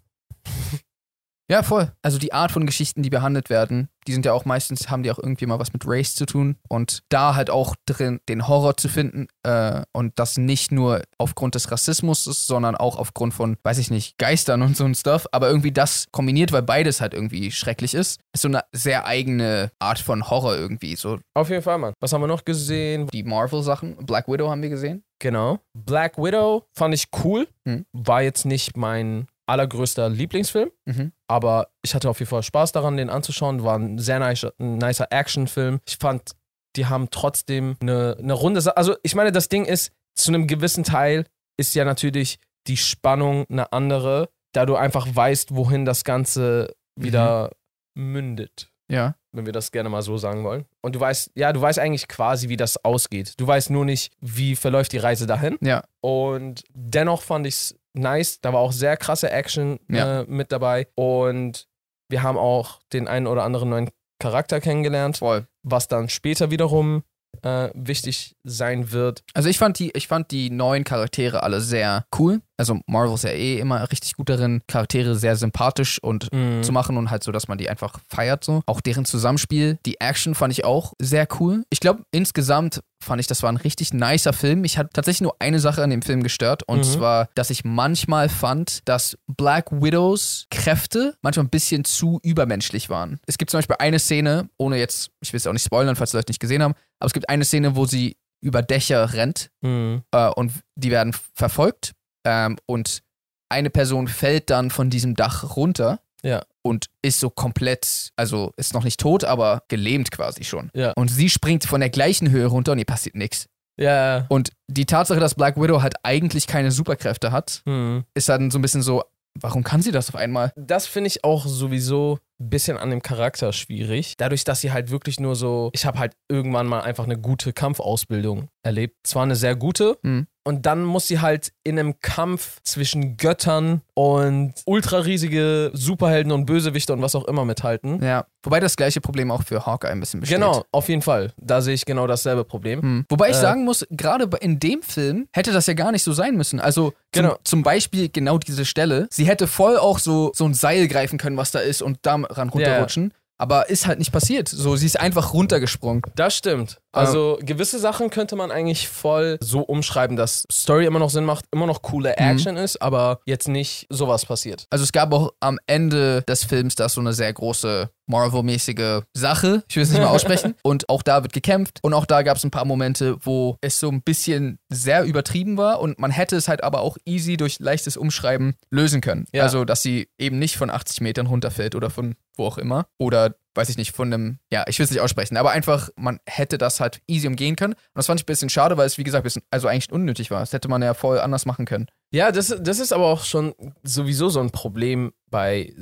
[SPEAKER 1] Ja, voll. Also die Art von Geschichten, die behandelt werden, die sind ja auch meistens, haben die auch irgendwie mal was mit Race zu tun. Und da halt auch drin den Horror zu finden äh, und das nicht nur aufgrund des Rassismus ist, sondern auch aufgrund von, weiß ich nicht, Geistern und so ein Stuff. Aber irgendwie das kombiniert, weil beides halt irgendwie schrecklich ist, ist so eine sehr eigene Art von Horror irgendwie. So
[SPEAKER 2] Auf jeden Fall, Mann. Was haben wir noch gesehen?
[SPEAKER 1] die Marvel-Sachen, Black Widow haben wir gesehen.
[SPEAKER 2] Genau. Black Widow fand ich cool.
[SPEAKER 1] Mhm.
[SPEAKER 2] War jetzt nicht mein allergrößter Lieblingsfilm,
[SPEAKER 1] Mhm.
[SPEAKER 2] aber ich hatte auf jeden Fall Spaß daran, den anzuschauen. War ein sehr nicer, ein nicer Actionfilm. Ich fand, die haben trotzdem eine, eine runde Sache. Also, ich meine, das Ding ist, zu einem gewissen Teil ist ja natürlich die Spannung eine andere, da du einfach weißt, wohin das Ganze wieder mündet
[SPEAKER 1] Ja.
[SPEAKER 2] wenn wir das gerne mal so sagen wollen. Und du weißt, ja, du weißt eigentlich quasi, wie das ausgeht. Du weißt nur nicht, wie verläuft die Reise dahin.
[SPEAKER 1] Ja.
[SPEAKER 2] Und dennoch fand ich es nice. Da war auch sehr krasse Action
[SPEAKER 1] Ja.
[SPEAKER 2] äh, mit dabei. Und wir haben auch den einen oder anderen neuen Charakter kennengelernt,
[SPEAKER 1] Voll.
[SPEAKER 2] was dann später wiederum äh, wichtig sein wird.
[SPEAKER 1] Also ich fand die, ich fand die neuen Charaktere alle sehr cool. Also Marvel ist ja eh immer richtig gut darin, Charaktere sehr sympathisch und zu
[SPEAKER 2] Zum
[SPEAKER 1] machen und halt so, dass man die einfach feiert so. Auch deren Zusammenspiel, die Action fand ich auch sehr cool. Ich glaube, insgesamt fand ich, das war ein richtig nicer Film. Ich hatte tatsächlich nur eine Sache an dem Film gestört und
[SPEAKER 2] Mhm.
[SPEAKER 1] zwar, dass ich manchmal fand, dass Black Widows Kräfte manchmal ein bisschen zu übermenschlich waren. Es gibt zum Beispiel eine Szene, ohne jetzt, ich will es auch nicht spoilern, falls ihr das nicht gesehen haben, aber es gibt eine Szene, wo sie über Dächer rennt
[SPEAKER 2] mhm.
[SPEAKER 1] äh, und die werden verfolgt ähm, und eine Person fällt dann von diesem Dach runter
[SPEAKER 2] Ja.
[SPEAKER 1] und ist so komplett, also ist noch nicht tot, aber gelähmt quasi schon.
[SPEAKER 2] Ja.
[SPEAKER 1] Und sie springt von der gleichen Höhe runter und ihr passiert nichts.
[SPEAKER 2] Ja.
[SPEAKER 1] Und die Tatsache, dass Black Widow halt eigentlich keine Superkräfte hat,
[SPEAKER 2] Mhm.
[SPEAKER 1] ist dann so ein bisschen so, warum kann sie das auf einmal?
[SPEAKER 2] das finde ich auch sowieso ein bisschen an dem Charakter schwierig. Dadurch, dass sie halt wirklich nur so, ich habe halt irgendwann mal einfach eine gute Kampfausbildung erlebt. Zwar eine sehr gute.
[SPEAKER 1] Mhm.
[SPEAKER 2] Und dann muss sie halt in einem Kampf zwischen Göttern und ultrariesige Superhelden und Bösewichte und was auch immer mithalten.
[SPEAKER 1] Ja. Wobei das gleiche Problem auch für Hawkeye ein bisschen besteht.
[SPEAKER 2] Genau, auf jeden Fall. Da sehe ich genau dasselbe Problem.
[SPEAKER 1] Hm. Wobei ich
[SPEAKER 2] Äh.
[SPEAKER 1] sagen muss, gerade bei- in dem Film hätte das ja gar nicht so sein müssen. Also zum,
[SPEAKER 2] Genau.
[SPEAKER 1] zum Beispiel genau diese Stelle. Sie hätte voll auch so, so ein Seil greifen können, was da ist und daran runterrutschen. Aber ist halt nicht passiert. So, sie ist einfach runtergesprungen.
[SPEAKER 2] Das stimmt. Also gewisse Sachen könnte man eigentlich voll so umschreiben, dass Story immer noch Sinn macht, immer noch coole Action
[SPEAKER 1] Hm.
[SPEAKER 2] ist, aber jetzt nicht sowas passiert.
[SPEAKER 1] Also es gab auch am Ende des Films da so eine sehr große Marvel-mäßige Sache. Ich will es nicht mal aussprechen. Und auch da wird gekämpft. Und auch da gab es ein paar Momente, wo es so ein bisschen sehr übertrieben war. Und man hätte es halt aber auch easy durch leichtes Umschreiben lösen können.
[SPEAKER 2] Ja.
[SPEAKER 1] Also, dass sie eben nicht von 80 Metern runterfällt oder von wo auch immer. Oder weiß ich nicht, von einem, ja, ich will es nicht aussprechen, aber einfach, man hätte das halt easy umgehen können. Und das fand ich ein bisschen schade, weil es, wie gesagt, ein bisschen, also eigentlich unnötig war. Das hätte man ja voll anders machen können.
[SPEAKER 2] Ja, das, das ist aber auch schon sowieso so ein Problem bei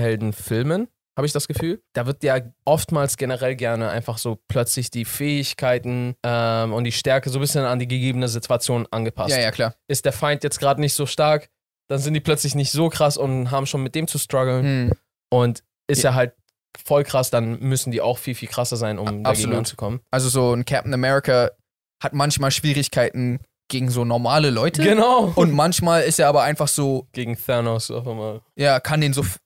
[SPEAKER 2] Superheldenfilmen, habe ich das Gefühl. Da wird ja oftmals generell gerne einfach so plötzlich die Fähigkeiten ähm, und die Stärke so ein bisschen an die gegebene Situation angepasst.
[SPEAKER 1] Ja, ja, klar.
[SPEAKER 2] Ist der Feind jetzt gerade nicht so stark, dann sind die plötzlich nicht so krass und haben schon mit dem zu strugglen.
[SPEAKER 1] Hm.
[SPEAKER 2] Und ist ja. halt voll krass, dann müssen die auch viel, viel krasser sein, um dagegen
[SPEAKER 1] absolut.
[SPEAKER 2] anzukommen.
[SPEAKER 1] Also so ein Captain America hat manchmal Schwierigkeiten gegen so normale Leute.
[SPEAKER 2] Genau. Und
[SPEAKER 1] Und manchmal ist er aber einfach so,
[SPEAKER 2] gegen Thanos auch immer.
[SPEAKER 1] ja, kann den so f-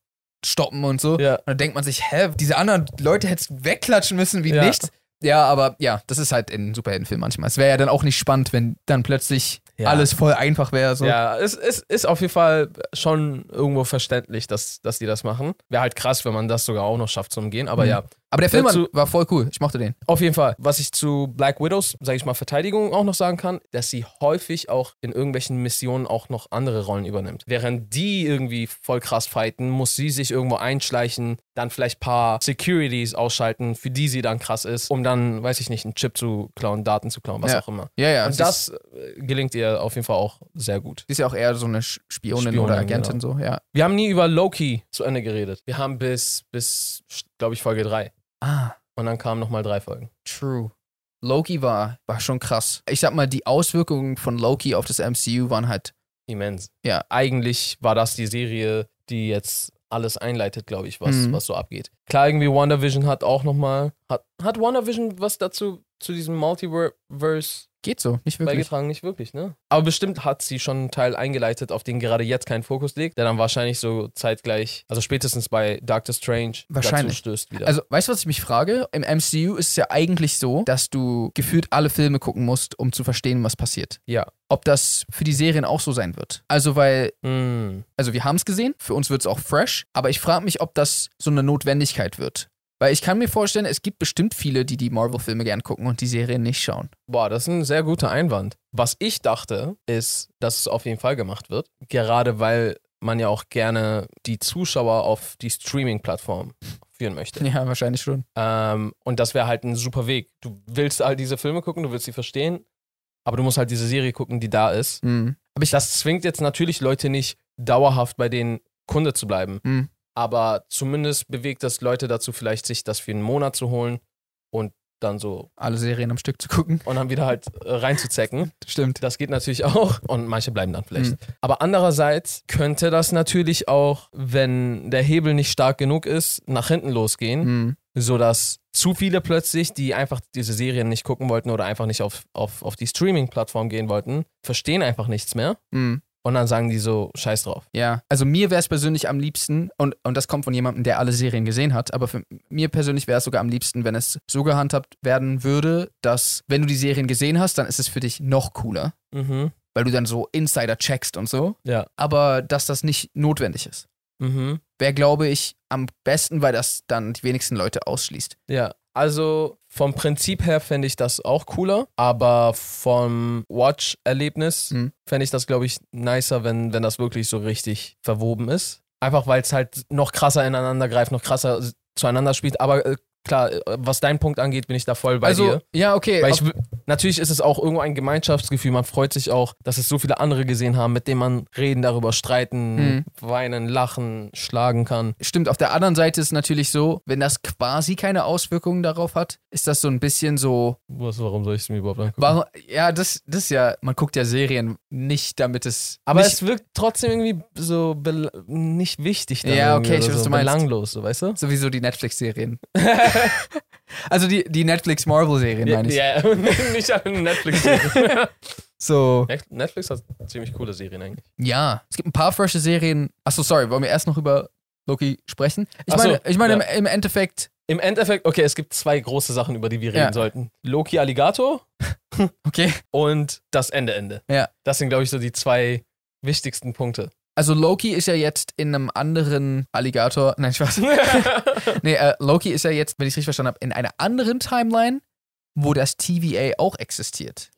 [SPEAKER 1] stoppen und so.
[SPEAKER 2] Ja.
[SPEAKER 1] Und dann denkt man sich, hä, diese anderen Leute hättest du wegklatschen müssen wie
[SPEAKER 2] Ja.
[SPEAKER 1] nichts. Ja, aber ja, das ist halt in Superheldenfilmen manchmal. Es wäre ja dann auch nicht spannend, wenn dann plötzlich
[SPEAKER 2] Ja.
[SPEAKER 1] alles voll einfach wäre. So.
[SPEAKER 2] Ja, es ist, ist auf jeden Fall schon irgendwo verständlich, dass, dass die das machen. Wäre halt krass, wenn man das sogar auch noch schafft zu umgehen. Aber
[SPEAKER 1] Mhm.
[SPEAKER 2] ja,
[SPEAKER 1] Aber der Film
[SPEAKER 2] Dazu-
[SPEAKER 1] war voll cool. Ich mochte den.
[SPEAKER 2] auf jeden Fall. Was ich zu Black Widows, sage ich mal, Verteidigung auch noch sagen kann, dass sie häufig auch in irgendwelchen Missionen auch noch andere Rollen übernimmt. Während die irgendwie voll krass fighten, muss sie sich irgendwo einschleichen, dann vielleicht ein paar Securities ausschalten, für die sie dann krass ist, um dann, weiß ich nicht, einen Chip zu klauen, Daten zu klauen, was
[SPEAKER 1] Ja.
[SPEAKER 2] auch immer.
[SPEAKER 1] Ja, ja.
[SPEAKER 2] Und
[SPEAKER 1] sie ist,
[SPEAKER 2] das äh, gelingt ihr auf jeden Fall auch sehr gut.
[SPEAKER 1] sie ist ja auch eher so eine Sch- Spionin,
[SPEAKER 2] Spionin, genau.
[SPEAKER 1] oder Agentin so, ja.
[SPEAKER 2] Wir haben nie über Loki zu Ende geredet. Wir haben bis, bis glaube ich, Folge 3.
[SPEAKER 1] Ah,
[SPEAKER 2] Und dann kamen nochmal drei Folgen.
[SPEAKER 1] true. Loki war, war schon krass. Ich sag mal, die Auswirkungen von Loki auf das MCU waren halt
[SPEAKER 2] Immens.
[SPEAKER 1] Ja.
[SPEAKER 2] Eigentlich war das die Serie, die jetzt alles einleitet, glaube ich, was,
[SPEAKER 1] Mhm.
[SPEAKER 2] was so abgeht. Klar, irgendwie WandaVision hat auch nochmal. Hat, hat WandaVision was dazu, zu diesem Multiverse
[SPEAKER 1] Geht so, nicht wirklich.
[SPEAKER 2] beigetragen? Nicht wirklich, ne? Aber bestimmt hat sie schon einen Teil eingeleitet, auf den gerade jetzt kein Fokus liegt, der dann wahrscheinlich so zeitgleich, also spätestens bei Doctor Strange, dazu
[SPEAKER 1] Wahrscheinlich.
[SPEAKER 2] stößt wieder.
[SPEAKER 1] Also, weißt du, was ich mich frage? Im MCU ist es ja eigentlich so, dass du gefühlt alle Filme gucken musst, um zu verstehen, was passiert.
[SPEAKER 2] ja.
[SPEAKER 1] Ob das für die Serien auch so sein wird. Also, weil,
[SPEAKER 2] Mm.
[SPEAKER 1] also wir haben es gesehen, für uns wird es auch fresh, aber ich frage mich, ob das so eine Notwendigkeit wird. Weil ich kann mir vorstellen, es gibt bestimmt viele, die die Marvel-Filme gern gucken und die Serien nicht schauen.
[SPEAKER 2] Boah, das ist ein sehr guter Einwand. Was ich dachte, ist, dass es auf jeden Fall gemacht wird. Gerade weil man ja auch gerne die Zuschauer auf die Streaming-Plattform führen möchte.
[SPEAKER 1] Ja, wahrscheinlich schon.
[SPEAKER 2] Ähm, und das wäre halt ein super Weg. Du willst all diese Filme gucken, du willst sie verstehen, aber du musst halt diese Serie gucken, die da ist.
[SPEAKER 1] Mhm. Aber ich,
[SPEAKER 2] Das zwingt jetzt natürlich Leute nicht dauerhaft bei den Kunde zu bleiben.
[SPEAKER 1] Mhm.
[SPEAKER 2] Aber zumindest bewegt das Leute dazu, vielleicht sich das für einen Monat zu holen und dann so
[SPEAKER 1] alle Serien am Stück zu gucken.
[SPEAKER 2] und dann wieder halt äh, reinzuzecken.
[SPEAKER 1] Stimmt.
[SPEAKER 2] Das geht natürlich auch. Und manche bleiben dann vielleicht.
[SPEAKER 1] Mhm.
[SPEAKER 2] Aber andererseits könnte das natürlich auch, wenn der Hebel nicht stark genug ist, nach hinten losgehen,
[SPEAKER 1] Mhm.
[SPEAKER 2] sodass zu viele plötzlich, die einfach diese Serien nicht gucken wollten oder einfach nicht auf, auf, auf die Streaming-Plattform gehen wollten, verstehen einfach nichts mehr.
[SPEAKER 1] Mhm.
[SPEAKER 2] Und dann sagen die so, scheiß drauf.
[SPEAKER 1] Ja, also mir wäre es persönlich am liebsten, und, und das kommt von jemandem, der alle Serien gesehen hat, aber für mir persönlich wäre es sogar am liebsten, wenn es so gehandhabt werden würde, dass wenn du die Serien gesehen hast, dann ist es für dich noch cooler,
[SPEAKER 2] Mhm.
[SPEAKER 1] weil du dann so Insider checkst und so,
[SPEAKER 2] Ja.
[SPEAKER 1] aber dass das nicht notwendig ist.
[SPEAKER 2] Mhm.
[SPEAKER 1] Wäre, glaube ich, am besten, weil das dann die wenigsten Leute ausschließt.
[SPEAKER 2] Ja. Also vom Prinzip her fände ich das auch cooler, aber vom Watch-Erlebnis
[SPEAKER 1] Mhm.
[SPEAKER 2] fände ich das, glaube ich, nicer, wenn, wenn das wirklich so richtig verwoben ist. Einfach weil es halt noch krasser ineinander greift, noch krasser s- zueinander spielt. Aber äh, klar, äh, was deinen Punkt angeht, bin ich da voll bei
[SPEAKER 1] also,
[SPEAKER 2] dir.
[SPEAKER 1] ja, okay.
[SPEAKER 2] Weil
[SPEAKER 1] auf-
[SPEAKER 2] ich, w- natürlich ist es auch irgendwo ein Gemeinschaftsgefühl. Man freut sich auch, dass es so viele andere gesehen haben, mit denen man reden, darüber streiten,
[SPEAKER 1] Mhm.
[SPEAKER 2] weinen, lachen, schlagen kann.
[SPEAKER 1] Stimmt, auf der anderen Seite ist natürlich so, wenn das quasi keine Auswirkungen darauf hat, ist das so ein bisschen so,
[SPEAKER 2] Was, warum soll ich es mir überhaupt angucken?
[SPEAKER 1] Warum, ja, das, das ist ja, man guckt ja Serien nicht, damit es.
[SPEAKER 2] Aber
[SPEAKER 1] nicht,
[SPEAKER 2] es wirkt trotzdem irgendwie so bel- nicht wichtig. dann
[SPEAKER 1] Ja,
[SPEAKER 2] irgendwie
[SPEAKER 1] okay, ich
[SPEAKER 2] oder
[SPEAKER 1] weiß, was
[SPEAKER 2] so
[SPEAKER 1] du meinst.
[SPEAKER 2] Belanglos, so, weißt du?
[SPEAKER 1] sowieso die Netflix-Serien. also die, die Netflix-Marvel-Serien, meine ich.
[SPEAKER 2] Ja, nicht an Netflix-Serien.
[SPEAKER 1] So.
[SPEAKER 2] Netflix hat ziemlich coole Serien eigentlich.
[SPEAKER 1] Ja, es gibt ein paar frische Serien. Achso, sorry, wollen wir erst noch über Loki sprechen? Ich
[SPEAKER 2] Ach so,
[SPEAKER 1] meine, ich meine
[SPEAKER 2] ja.
[SPEAKER 1] im, im Endeffekt,
[SPEAKER 2] Im Endeffekt, okay, es gibt zwei große Sachen, über die wir reden
[SPEAKER 1] Ja.
[SPEAKER 2] sollten. Loki Alligator
[SPEAKER 1] okay,
[SPEAKER 2] und das Ende Ende.
[SPEAKER 1] Ja.
[SPEAKER 2] Das sind, glaube ich, so die zwei wichtigsten Punkte.
[SPEAKER 1] Also Loki ist ja jetzt in einem anderen Alligator. Nein, Spaß. nee, äh, Loki ist ja jetzt, wenn ich es richtig verstanden habe, in einer anderen Timeline, wo das TVA auch existiert.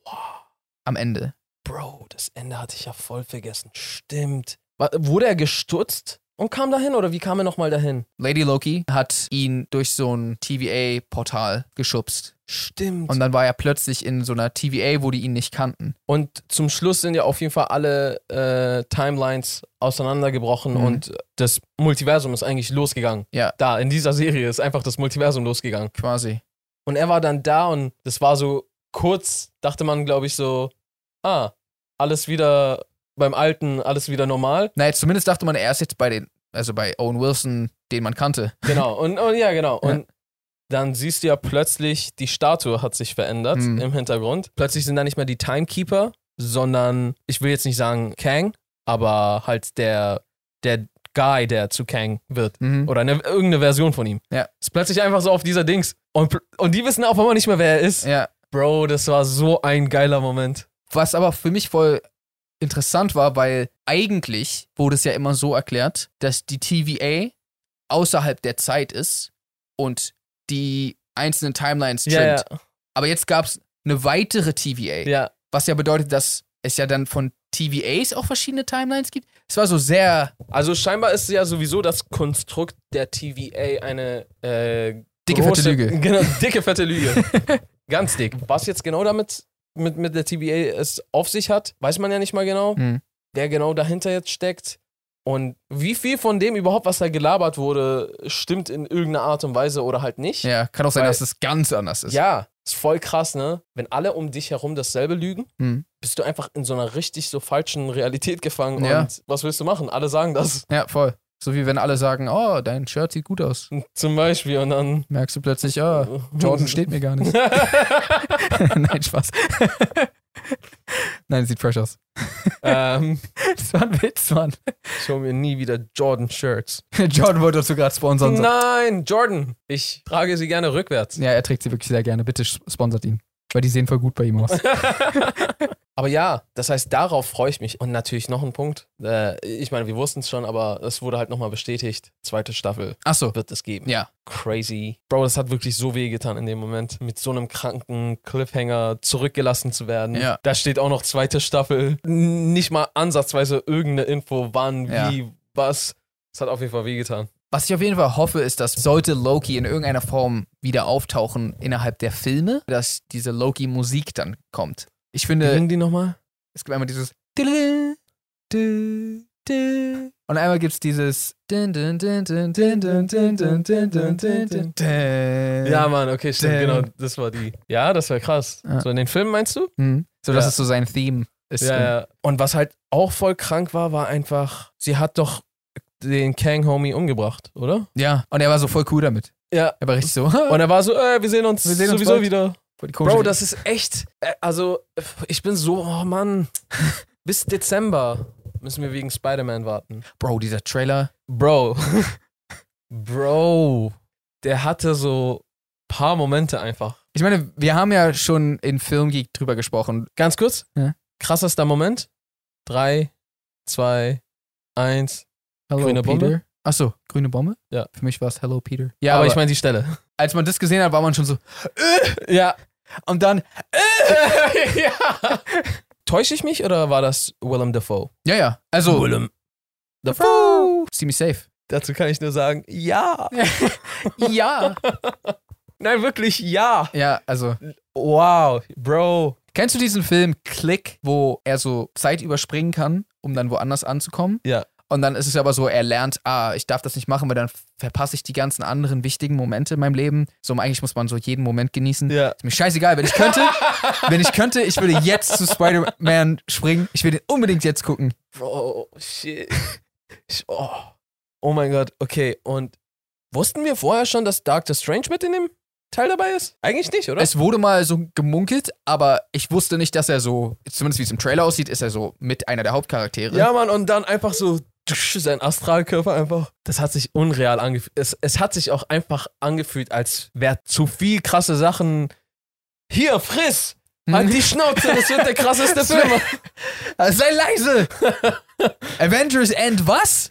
[SPEAKER 1] Am Ende.
[SPEAKER 2] Bro, das Ende hatte ich ja voll vergessen. Stimmt. Wa- Wurde er gestutzt und kam dahin oder wie kam er nochmal dahin?
[SPEAKER 1] Lady Loki hat ihn durch so ein TVA-Portal geschubst.
[SPEAKER 2] Stimmt.
[SPEAKER 1] Und
[SPEAKER 2] Und,
[SPEAKER 1] dann war er plötzlich in so einer TVA, wo die ihn nicht kannten.
[SPEAKER 2] zum Schluss sind ja auf jeden Fall alle äh, Timelines auseinandergebrochen
[SPEAKER 1] Mhm.
[SPEAKER 2] und das Multiversum ist eigentlich losgegangen.
[SPEAKER 1] Ja.
[SPEAKER 2] Da, in dieser Serie ist einfach das Multiversum losgegangen.
[SPEAKER 1] Quasi.
[SPEAKER 2] Und er war dann da und das war so kurz, dachte man, glaube ich, so, ah, alles wieder beim Alten, alles wieder normal.
[SPEAKER 1] Naja, zumindest dachte man, er ist jetzt bei den, also bei Owen Wilson, den man kannte.
[SPEAKER 2] Genau, und, und ja, genau.
[SPEAKER 1] Ja.
[SPEAKER 2] Und dann siehst du ja plötzlich, die Statue hat sich verändert
[SPEAKER 1] Mhm.
[SPEAKER 2] im Hintergrund. Plötzlich sind da nicht mehr die Timekeeper, sondern, ich will jetzt nicht sagen Kang, aber halt der, der Guy, der zu Kang wird.
[SPEAKER 1] Mhm.
[SPEAKER 2] Oder eine, irgendeine Version von ihm.
[SPEAKER 1] Ja.
[SPEAKER 2] Ist plötzlich einfach so auf dieser Dings. Und, pl- und die wissen auf einmal nicht mehr, wer er ist.
[SPEAKER 1] Ja.
[SPEAKER 2] Bro, das war so ein geiler Moment.
[SPEAKER 1] Was aber für mich voll interessant war, weil eigentlich wurde es ja immer so erklärt, dass die TVA außerhalb der Zeit ist und die einzelnen Timelines trimmt.
[SPEAKER 2] Ja,
[SPEAKER 1] Aber jetzt gab es eine weitere TVA,
[SPEAKER 2] ja, ja.
[SPEAKER 1] was ja bedeutet, dass es ja dann von TVAs auch verschiedene Timelines gibt. Es war so sehr
[SPEAKER 2] Also scheinbar ist ja sowieso das Konstrukt der TVA eine äh,
[SPEAKER 1] Dicke, fette Lüge.
[SPEAKER 2] Genau, dicke fette Lüge. Ganz dick. Was jetzt genau damit mit, mit der TVA es auf sich hat, weiß man ja nicht mal genau.
[SPEAKER 1] Mhm.
[SPEAKER 2] Wer genau dahinter jetzt steckt und wie viel von dem überhaupt, was da gelabert wurde, stimmt in irgendeiner Art und Weise oder halt nicht.
[SPEAKER 1] ja, kann auch sein,
[SPEAKER 2] Weil-
[SPEAKER 1] dass es ganz anders ist.
[SPEAKER 2] Ja, ist voll krass, ne? Wenn alle um dich herum dasselbe lügen,
[SPEAKER 1] Mhm.
[SPEAKER 2] bist du einfach in so einer richtig so falschen Realität gefangen
[SPEAKER 1] Ja.
[SPEAKER 2] und was willst du machen? Alle sagen das.
[SPEAKER 1] ja, voll. So wie wenn alle sagen, oh, dein Shirt sieht gut aus.
[SPEAKER 2] Zum Beispiel und dann.
[SPEAKER 1] Merkst du plötzlich, ah, Jordan steht mir gar nicht. Nein, Spaß. Nein, sieht fresh aus.
[SPEAKER 2] ähm,
[SPEAKER 1] Das war ein Witz, Mann.
[SPEAKER 2] ich hole mir nie wieder Jordan-Shirts.
[SPEAKER 1] Jordan wollte uns so gerade sponsern.
[SPEAKER 2] Nein, Jordan! Ich trage sie gerne rückwärts.
[SPEAKER 1] Ja, er trägt sie wirklich sehr gerne. Bitte sponsert ihn. Weil die sehen voll gut bei ihm aus.
[SPEAKER 2] Aber ja, das heißt, darauf freue ich mich. Und natürlich noch ein Punkt. Äh, ich meine, wir wussten es schon, aber es wurde halt nochmal bestätigt. Zweite Staffel
[SPEAKER 1] Achso.
[SPEAKER 2] wird es geben.
[SPEAKER 1] Ja.
[SPEAKER 2] Crazy. Bro, das hat wirklich so weh getan in dem Moment, mit so einem kranken Cliffhanger zurückgelassen zu werden.
[SPEAKER 1] Ja.
[SPEAKER 2] Da steht auch noch zweite Staffel. N- Nicht mal ansatzweise irgendeine Info, wann,
[SPEAKER 1] Ja.
[SPEAKER 2] wie, was. Das hat auf jeden Fall weh getan.
[SPEAKER 1] Was ich auf jeden Fall hoffe, ist, dass sollte Loki in irgendeiner Form wieder auftauchen innerhalb der Filme, dass diese Loki-Musik dann kommt. Ich finde,
[SPEAKER 2] Singen die nochmal?
[SPEAKER 1] es gibt einmal dieses und einmal gibt es dieses
[SPEAKER 2] Ja,
[SPEAKER 1] Ja,
[SPEAKER 2] Mann, okay, stimmt,
[SPEAKER 1] Ding.
[SPEAKER 2] genau. Das war die. Ja, das wäre krass.
[SPEAKER 1] Ja.
[SPEAKER 2] So in den Filmen meinst du?
[SPEAKER 1] Mhm. So, das
[SPEAKER 2] Ja.
[SPEAKER 1] ist so sein Theme. Ist
[SPEAKER 2] Ja, ja. Und was halt auch voll krank war, war einfach, sie hat doch den Kang-Homie umgebracht, oder?
[SPEAKER 1] Ja, und er war so voll cool damit.
[SPEAKER 2] Ja.
[SPEAKER 1] Er war richtig so.
[SPEAKER 2] Und er war so, äh, wir sehen uns
[SPEAKER 1] Wir sehen uns
[SPEAKER 2] sowieso
[SPEAKER 1] bald.
[SPEAKER 2] wieder.
[SPEAKER 1] Voll die komische-
[SPEAKER 2] Bro, das ist echt. äh, Also, ich bin so, oh Mann. Bis Dezember müssen wir wegen Spider-Man warten.
[SPEAKER 1] Bro, dieser Trailer.
[SPEAKER 2] Bro. Bro. Der hatte so paar Momente einfach.
[SPEAKER 1] Ich meine, wir haben ja schon in Filmgeek drüber gesprochen.
[SPEAKER 2] Ganz kurz.
[SPEAKER 1] Ja.
[SPEAKER 2] Krassester Moment. Drei, zwei, eins.
[SPEAKER 1] Hello,
[SPEAKER 2] Grüne Bombe?
[SPEAKER 1] Achso, grüne Bombe?
[SPEAKER 2] Ja.
[SPEAKER 1] Für mich war es Hello, Peter.
[SPEAKER 2] Ja, aber, ich meine die Stelle.
[SPEAKER 1] als man das gesehen hat, war man schon so. äh.
[SPEAKER 2] Ja.
[SPEAKER 1] Und dann.
[SPEAKER 2] ja. Täusche ich mich oder war das Willem Dafoe?
[SPEAKER 1] Ja, ja. Also,
[SPEAKER 2] Willem Dafoe.
[SPEAKER 1] ziemlich safe.
[SPEAKER 2] Dazu kann ich nur sagen, ja.
[SPEAKER 1] ja.
[SPEAKER 2] Nein, wirklich ja.
[SPEAKER 1] Ja, also.
[SPEAKER 2] Wow, Bro.
[SPEAKER 1] Kennst du diesen Film Click, wo er so Zeit überspringen kann, um dann woanders anzukommen?
[SPEAKER 2] Ja.
[SPEAKER 1] Und dann ist es aber so, er lernt, ah, ich darf das nicht machen, weil dann verpasse ich die ganzen anderen wichtigen Momente in meinem Leben. So, eigentlich muss man so jeden Moment genießen.
[SPEAKER 2] Ja.
[SPEAKER 1] Ist mir scheißegal, wenn ich könnte, wenn ich könnte, ich würde jetzt zu Spider-Man springen. Ich will den unbedingt jetzt gucken.
[SPEAKER 2] Bro, shit. Ich, oh. oh mein Gott, okay. Und wussten wir vorher schon, dass Doctor Strange mit in dem Teil dabei ist? Eigentlich nicht, oder?
[SPEAKER 1] Es wurde mal so gemunkelt, aber ich wusste nicht, dass er so, zumindest wie es im Trailer aussieht, ist er so mit einer der Hauptcharaktere.
[SPEAKER 2] ja, Mann, und dann einfach so tsch, sein Astralkörper einfach. Das hat sich unreal angefühlt. Es, es hat sich auch einfach angefühlt, als wäre zu viel krasse Sachen. Hier, friss! Halt die Schnauze, das wird der krasseste Film.
[SPEAKER 1] Also Sei leise! Avengers End was?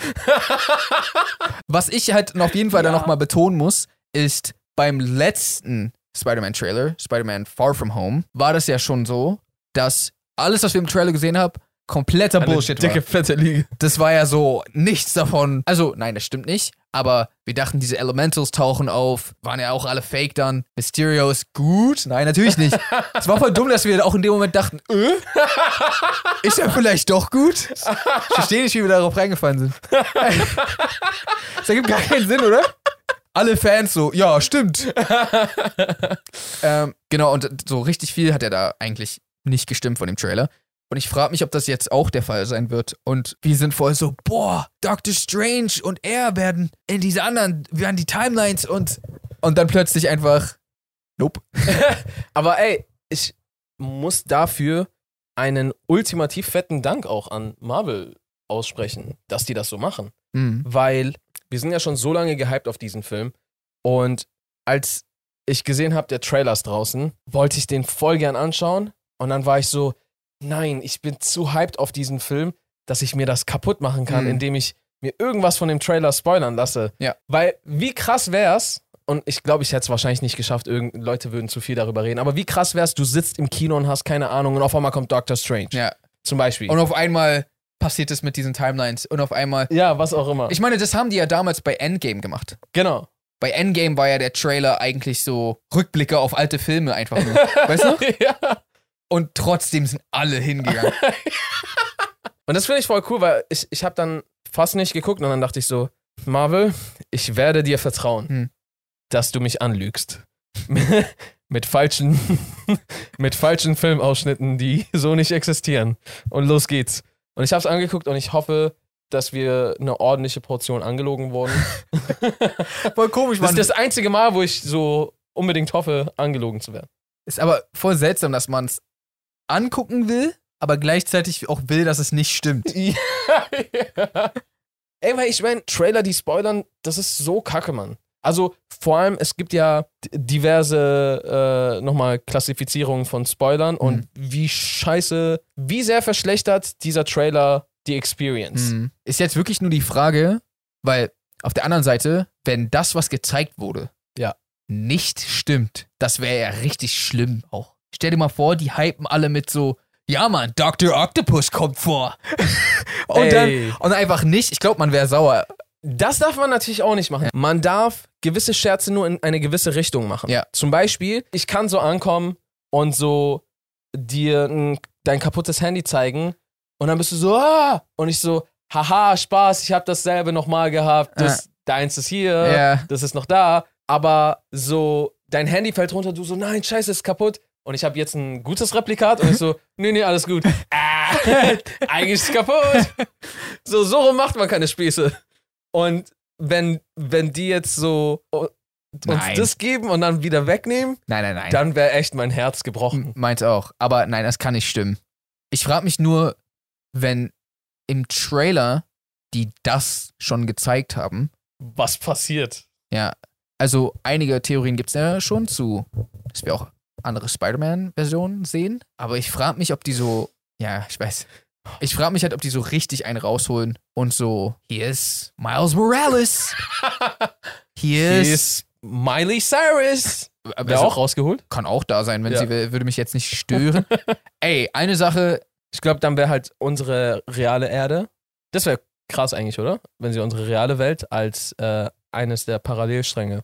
[SPEAKER 1] was ich halt auf jeden Fall dann
[SPEAKER 2] Ja.
[SPEAKER 1] nochmal betonen muss, ist beim letzten Spider-Man-Trailer, Spider-Man Far From Home, war das ja schon so, dass alles, was wir im Trailer gesehen haben, kompletter Bullshit war.
[SPEAKER 2] fette Liege.
[SPEAKER 1] Das war ja so nichts davon. Also, nein, das stimmt nicht. Aber wir dachten, diese Elementals tauchen auf. Waren ja auch alle fake dann. Mysterio ist gut. Nein, natürlich nicht. es war voll dumm, dass wir auch in dem Moment dachten, äh? Ist er vielleicht doch gut? Ich verstehe nicht, wie wir darauf reingefallen sind. Das ergibt gar keinen Sinn, oder? Alle Fans so, ja, stimmt. ähm, genau, und so richtig viel hat er da eigentlich nicht gestimmt von dem Trailer. Und ich frage mich, ob das jetzt auch der Fall sein wird. Und wir sind voll so, boah, Doctor Strange und er werden in diese anderen, werden die Timelines und. Und dann plötzlich einfach. Nope.
[SPEAKER 2] Aber ey, ich muss dafür einen ultimativ fetten Dank auch an Marvel aussprechen, dass die das so machen.
[SPEAKER 1] Mhm.
[SPEAKER 2] weil wir sind ja schon so lange gehypt auf diesen Film und als ich gesehen habe, der Trailer ist draußen, wollte ich den voll gern anschauen und dann war ich so, nein, ich bin zu hyped auf diesen Film, dass ich mir das kaputt machen kann,
[SPEAKER 1] Mhm.
[SPEAKER 2] indem ich mir irgendwas von dem Trailer spoilern lasse.
[SPEAKER 1] Ja.
[SPEAKER 2] Weil wie krass wär's, und ich glaube, ich hätte es wahrscheinlich nicht geschafft, irgend Leute würden zu viel darüber reden, aber wie krass wär's, du sitzt im Kino und hast keine Ahnung und auf einmal kommt Doctor Strange.
[SPEAKER 1] Ja.
[SPEAKER 2] Zum Beispiel.
[SPEAKER 1] Und auf einmal passiert es mit diesen Timelines. Und auf einmal.
[SPEAKER 2] ja, was auch immer.
[SPEAKER 1] Ich meine, das haben die ja damals bei Endgame gemacht.
[SPEAKER 2] genau.
[SPEAKER 1] Bei Endgame war ja der Trailer eigentlich so Rückblicke auf alte Filme einfach nur. weißt du?
[SPEAKER 2] ja.
[SPEAKER 1] Und trotzdem sind alle hingegangen.
[SPEAKER 2] Und das finde ich voll cool, weil ich, ich habe dann fast nicht geguckt und dann dachte ich so, Marvel, ich werde dir vertrauen,
[SPEAKER 1] Hm.
[SPEAKER 2] dass du mich anlügst. mit falschen, mit falschen Filmausschnitten, die so nicht existieren. Und los geht's. Und ich habe es angeguckt und ich hoffe, dass wir eine ordentliche Portion angelogen wurden.
[SPEAKER 1] Voll komisch,
[SPEAKER 2] Das
[SPEAKER 1] Mann.
[SPEAKER 2] ist das einzige Mal, wo ich so unbedingt hoffe, angelogen zu werden.
[SPEAKER 1] Ist aber voll seltsam, dass man es angucken will, aber gleichzeitig auch will, dass es nicht stimmt.
[SPEAKER 2] Ey, weil ich meine, Trailer, die spoilern, das ist so kacke, Mann. Also vor allem, es gibt ja d- diverse äh, nochmal Klassifizierungen von Spoilern und wie scheiße, wie sehr verschlechtert dieser Trailer die Experience.
[SPEAKER 1] Ist jetzt wirklich nur die Frage, weil auf der anderen Seite, wenn das, was gezeigt wurde,
[SPEAKER 2] Ja.
[SPEAKER 1] nicht stimmt, das wäre ja richtig schlimm auch. Stell dir mal vor, die hypen alle mit so, ja Mann, Dr. Octopus kommt vor. und, dann,
[SPEAKER 2] Ey.
[SPEAKER 1] und dann einfach nicht. Ich glaube, man wäre sauer.
[SPEAKER 2] Das darf man natürlich auch nicht machen. Man darf gewisse Scherze nur in eine gewisse Richtung machen.
[SPEAKER 1] Ja.
[SPEAKER 2] Zum Beispiel, ich kann so ankommen und so dir n- dein kaputtes Handy zeigen und dann bist du so, ah! Und ich so, haha, Spaß, ich habe dasselbe nochmal gehabt. Das, Deins ist hier,
[SPEAKER 1] Ja.
[SPEAKER 2] das ist noch da. Aber so, dein Handy fällt runter, du so, nein, scheiße, ist kaputt. Und ich habe jetzt ein gutes Replikat und ich so, nee, nee, alles gut. Ah, eigentlich ist es kaputt. So, so rum macht man keine Späße. Und wenn, wenn die jetzt so äh, uns
[SPEAKER 1] Nein.
[SPEAKER 2] das geben und dann wieder wegnehmen,
[SPEAKER 1] Nein, nein, nein.
[SPEAKER 2] dann wäre echt mein Herz
[SPEAKER 1] M-
[SPEAKER 2] gebrochen.
[SPEAKER 1] Meins auch. Aber nein, das kann nicht stimmen. Ich frage mich nur, wenn im Trailer, die das schon gezeigt haben,
[SPEAKER 2] Was passiert?
[SPEAKER 1] ja, also einige Theorien gibt es ja schon zu, dass wir auch andere Spider-Man-Versionen sehen. Aber ich frage mich, ob die so, ja, ich weiß. Ich frage mich halt, ob die so richtig einen rausholen und so, hier ist Miles Morales. Hier
[SPEAKER 2] Hier
[SPEAKER 1] ist.
[SPEAKER 2] ist Miley Cyrus. Wäre auch rausgeholt?
[SPEAKER 1] Kann auch da sein, wenn
[SPEAKER 2] Ja.
[SPEAKER 1] sie will, würde mich jetzt nicht stören. Ey, eine Sache,
[SPEAKER 2] Ich glaube, dann wäre halt unsere reale Erde. Das wäre krass eigentlich, oder? Wenn sie unsere reale Welt als äh, eines der Parallelstränge.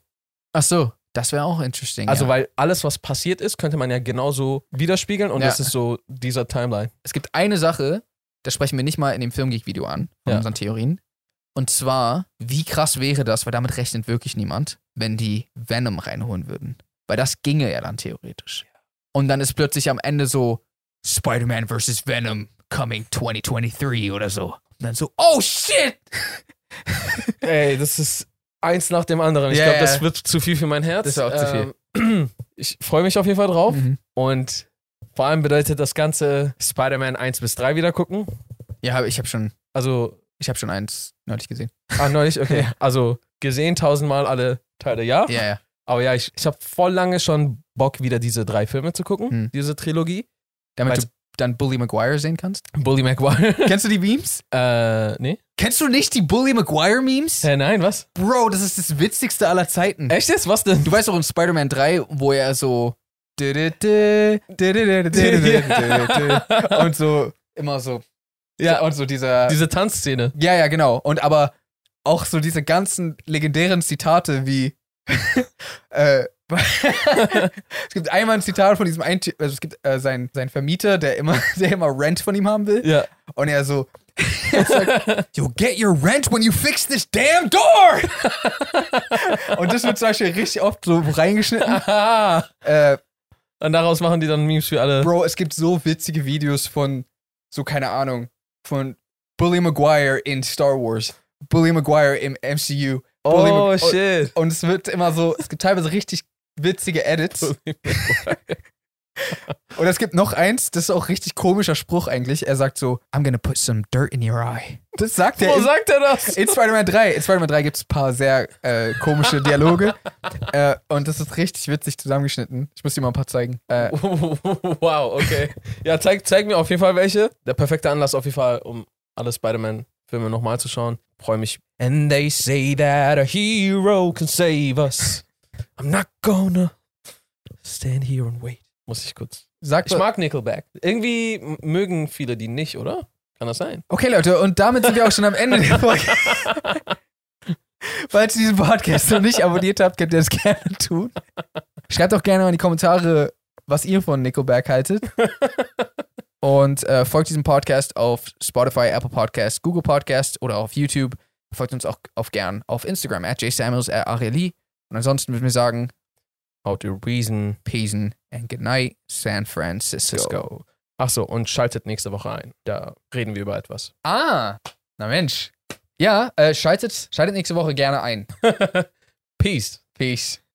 [SPEAKER 1] Ach so, das wäre auch interesting.
[SPEAKER 2] Also,
[SPEAKER 1] ja.
[SPEAKER 2] weil alles, was passiert ist, könnte man ja genauso widerspiegeln und
[SPEAKER 1] Ja.
[SPEAKER 2] das ist so dieser Timeline.
[SPEAKER 1] es gibt eine Sache, da sprechen wir nicht mal in dem Filmgeek-Video an, von
[SPEAKER 2] Ja.
[SPEAKER 1] unseren Theorien. Und zwar, wie krass wäre das, weil damit rechnet wirklich niemand, wenn die Venom reinholen würden. Weil das ginge ja dann theoretisch. Und dann ist plötzlich am Ende so Spider-Man vs. Venom coming 2023 oder so. Und dann so, oh shit!
[SPEAKER 2] Ey, das ist eins nach dem anderen. Ich
[SPEAKER 1] Ja,
[SPEAKER 2] glaube,
[SPEAKER 1] ja.
[SPEAKER 2] das wird zu viel für mein Herz.
[SPEAKER 1] Das ist auch zu viel.
[SPEAKER 2] Ähm, Ich freue mich auf jeden Fall drauf.
[SPEAKER 1] Mhm.
[SPEAKER 2] Und vor allem bedeutet das Ganze Spider-Man 1 bis 3 wieder gucken.
[SPEAKER 1] Ja, hab- ich habe schon,
[SPEAKER 2] Also,
[SPEAKER 1] ich habe schon eins neulich gesehen. Oh.
[SPEAKER 2] ah, neulich, okay. Also gesehen tausendmal alle Teile, ja.
[SPEAKER 1] Ja, ja.
[SPEAKER 2] Aber ja, ich, ich habe voll lange schon Bock, wieder diese drei Filme zu gucken,
[SPEAKER 1] Hm.
[SPEAKER 2] diese Trilogie.
[SPEAKER 1] Damit
[SPEAKER 2] Weil's-
[SPEAKER 1] du dann Bully Maguire sehen kannst.
[SPEAKER 2] Bully Maguire.
[SPEAKER 1] Kennst du die Memes?
[SPEAKER 2] äh, nee.
[SPEAKER 1] Kennst du nicht die Bully Maguire Memes?
[SPEAKER 2] Äh, nein, was?
[SPEAKER 1] Bro, das ist das witzigste aller Zeiten.
[SPEAKER 2] Echt jetzt? Was denn?
[SPEAKER 1] Du weißt doch in Spider-Man 3, wo er so und so immer so ja und so dieser
[SPEAKER 2] Diese Tanzszene.
[SPEAKER 1] ja ja genau und aber auch so diese ganzen legendären Zitate wie äh, es gibt einmal ein Zitat von diesem einen Ty- also es gibt äh, seinen sein Vermieter der immer der immer Rent von ihm haben will
[SPEAKER 2] Ja.
[SPEAKER 1] und er so er sagt, you'll get your rent when you fix this damn door und das wird zum Beispiel richtig oft so reingeschnitten
[SPEAKER 2] Aha.
[SPEAKER 1] äh,
[SPEAKER 2] Und daraus machen die dann Memes für alle.
[SPEAKER 1] Bro, es gibt so witzige Videos von, so keine Ahnung, von Bully Maguire in Star Wars, Bully Maguire im MCU. Bully
[SPEAKER 2] oh,
[SPEAKER 1] Mag-
[SPEAKER 2] shit.
[SPEAKER 1] Und es wird immer so, es gibt teilweise richtig witzige Edits. Und es gibt noch eins, das ist auch richtig komischer Spruch eigentlich. Er sagt so, I'm gonna put some dirt in your eye. Das sagt er.
[SPEAKER 2] Wo
[SPEAKER 1] in-
[SPEAKER 2] sagt er das?
[SPEAKER 1] in Spider-Man 3, in Spider-Man 3 gibt es ein paar sehr äh, komische Dialoge. äh, und das ist richtig witzig zusammengeschnitten. Ich muss dir mal ein paar zeigen. Äh,
[SPEAKER 2] wow, okay. Ja, zeig, zeig mir auf jeden Fall welche. Der perfekte Anlass auf jeden Fall, um alle Spider-Man-Filme nochmal zu schauen. Freue mich. And they say that a hero can save us. I'm not gonna stand here and wait. Muss ich kurz.
[SPEAKER 1] sag
[SPEAKER 2] Ich mag Nickelback. Irgendwie m- mögen viele die nicht, oder? Kann das sein?
[SPEAKER 1] Okay, Leute, und damit sind wir auch schon am Ende der Folge. Falls ihr diesen Podcast noch nicht abonniert habt, könnt ihr das gerne tun. Schreibt auch gerne mal in die Kommentare, was ihr von Nickelback haltet. Und äh, folgt diesem Podcast auf Spotify, Apple Podcast, Google Podcast oder auf YouTube. Folgt uns auch auf gern auf Instagram, at jsamuels, at Areli. Und ansonsten würden wir sagen,
[SPEAKER 2] How to reason.
[SPEAKER 1] Peace and good night, San Francisco.
[SPEAKER 2] Cisco. Achso, und schaltet nächste Woche ein. Da reden wir über etwas.
[SPEAKER 1] Ah, na Mensch. Ja, äh, schaltet, schaltet nächste Woche gerne ein.
[SPEAKER 2] Peace.
[SPEAKER 1] Peace.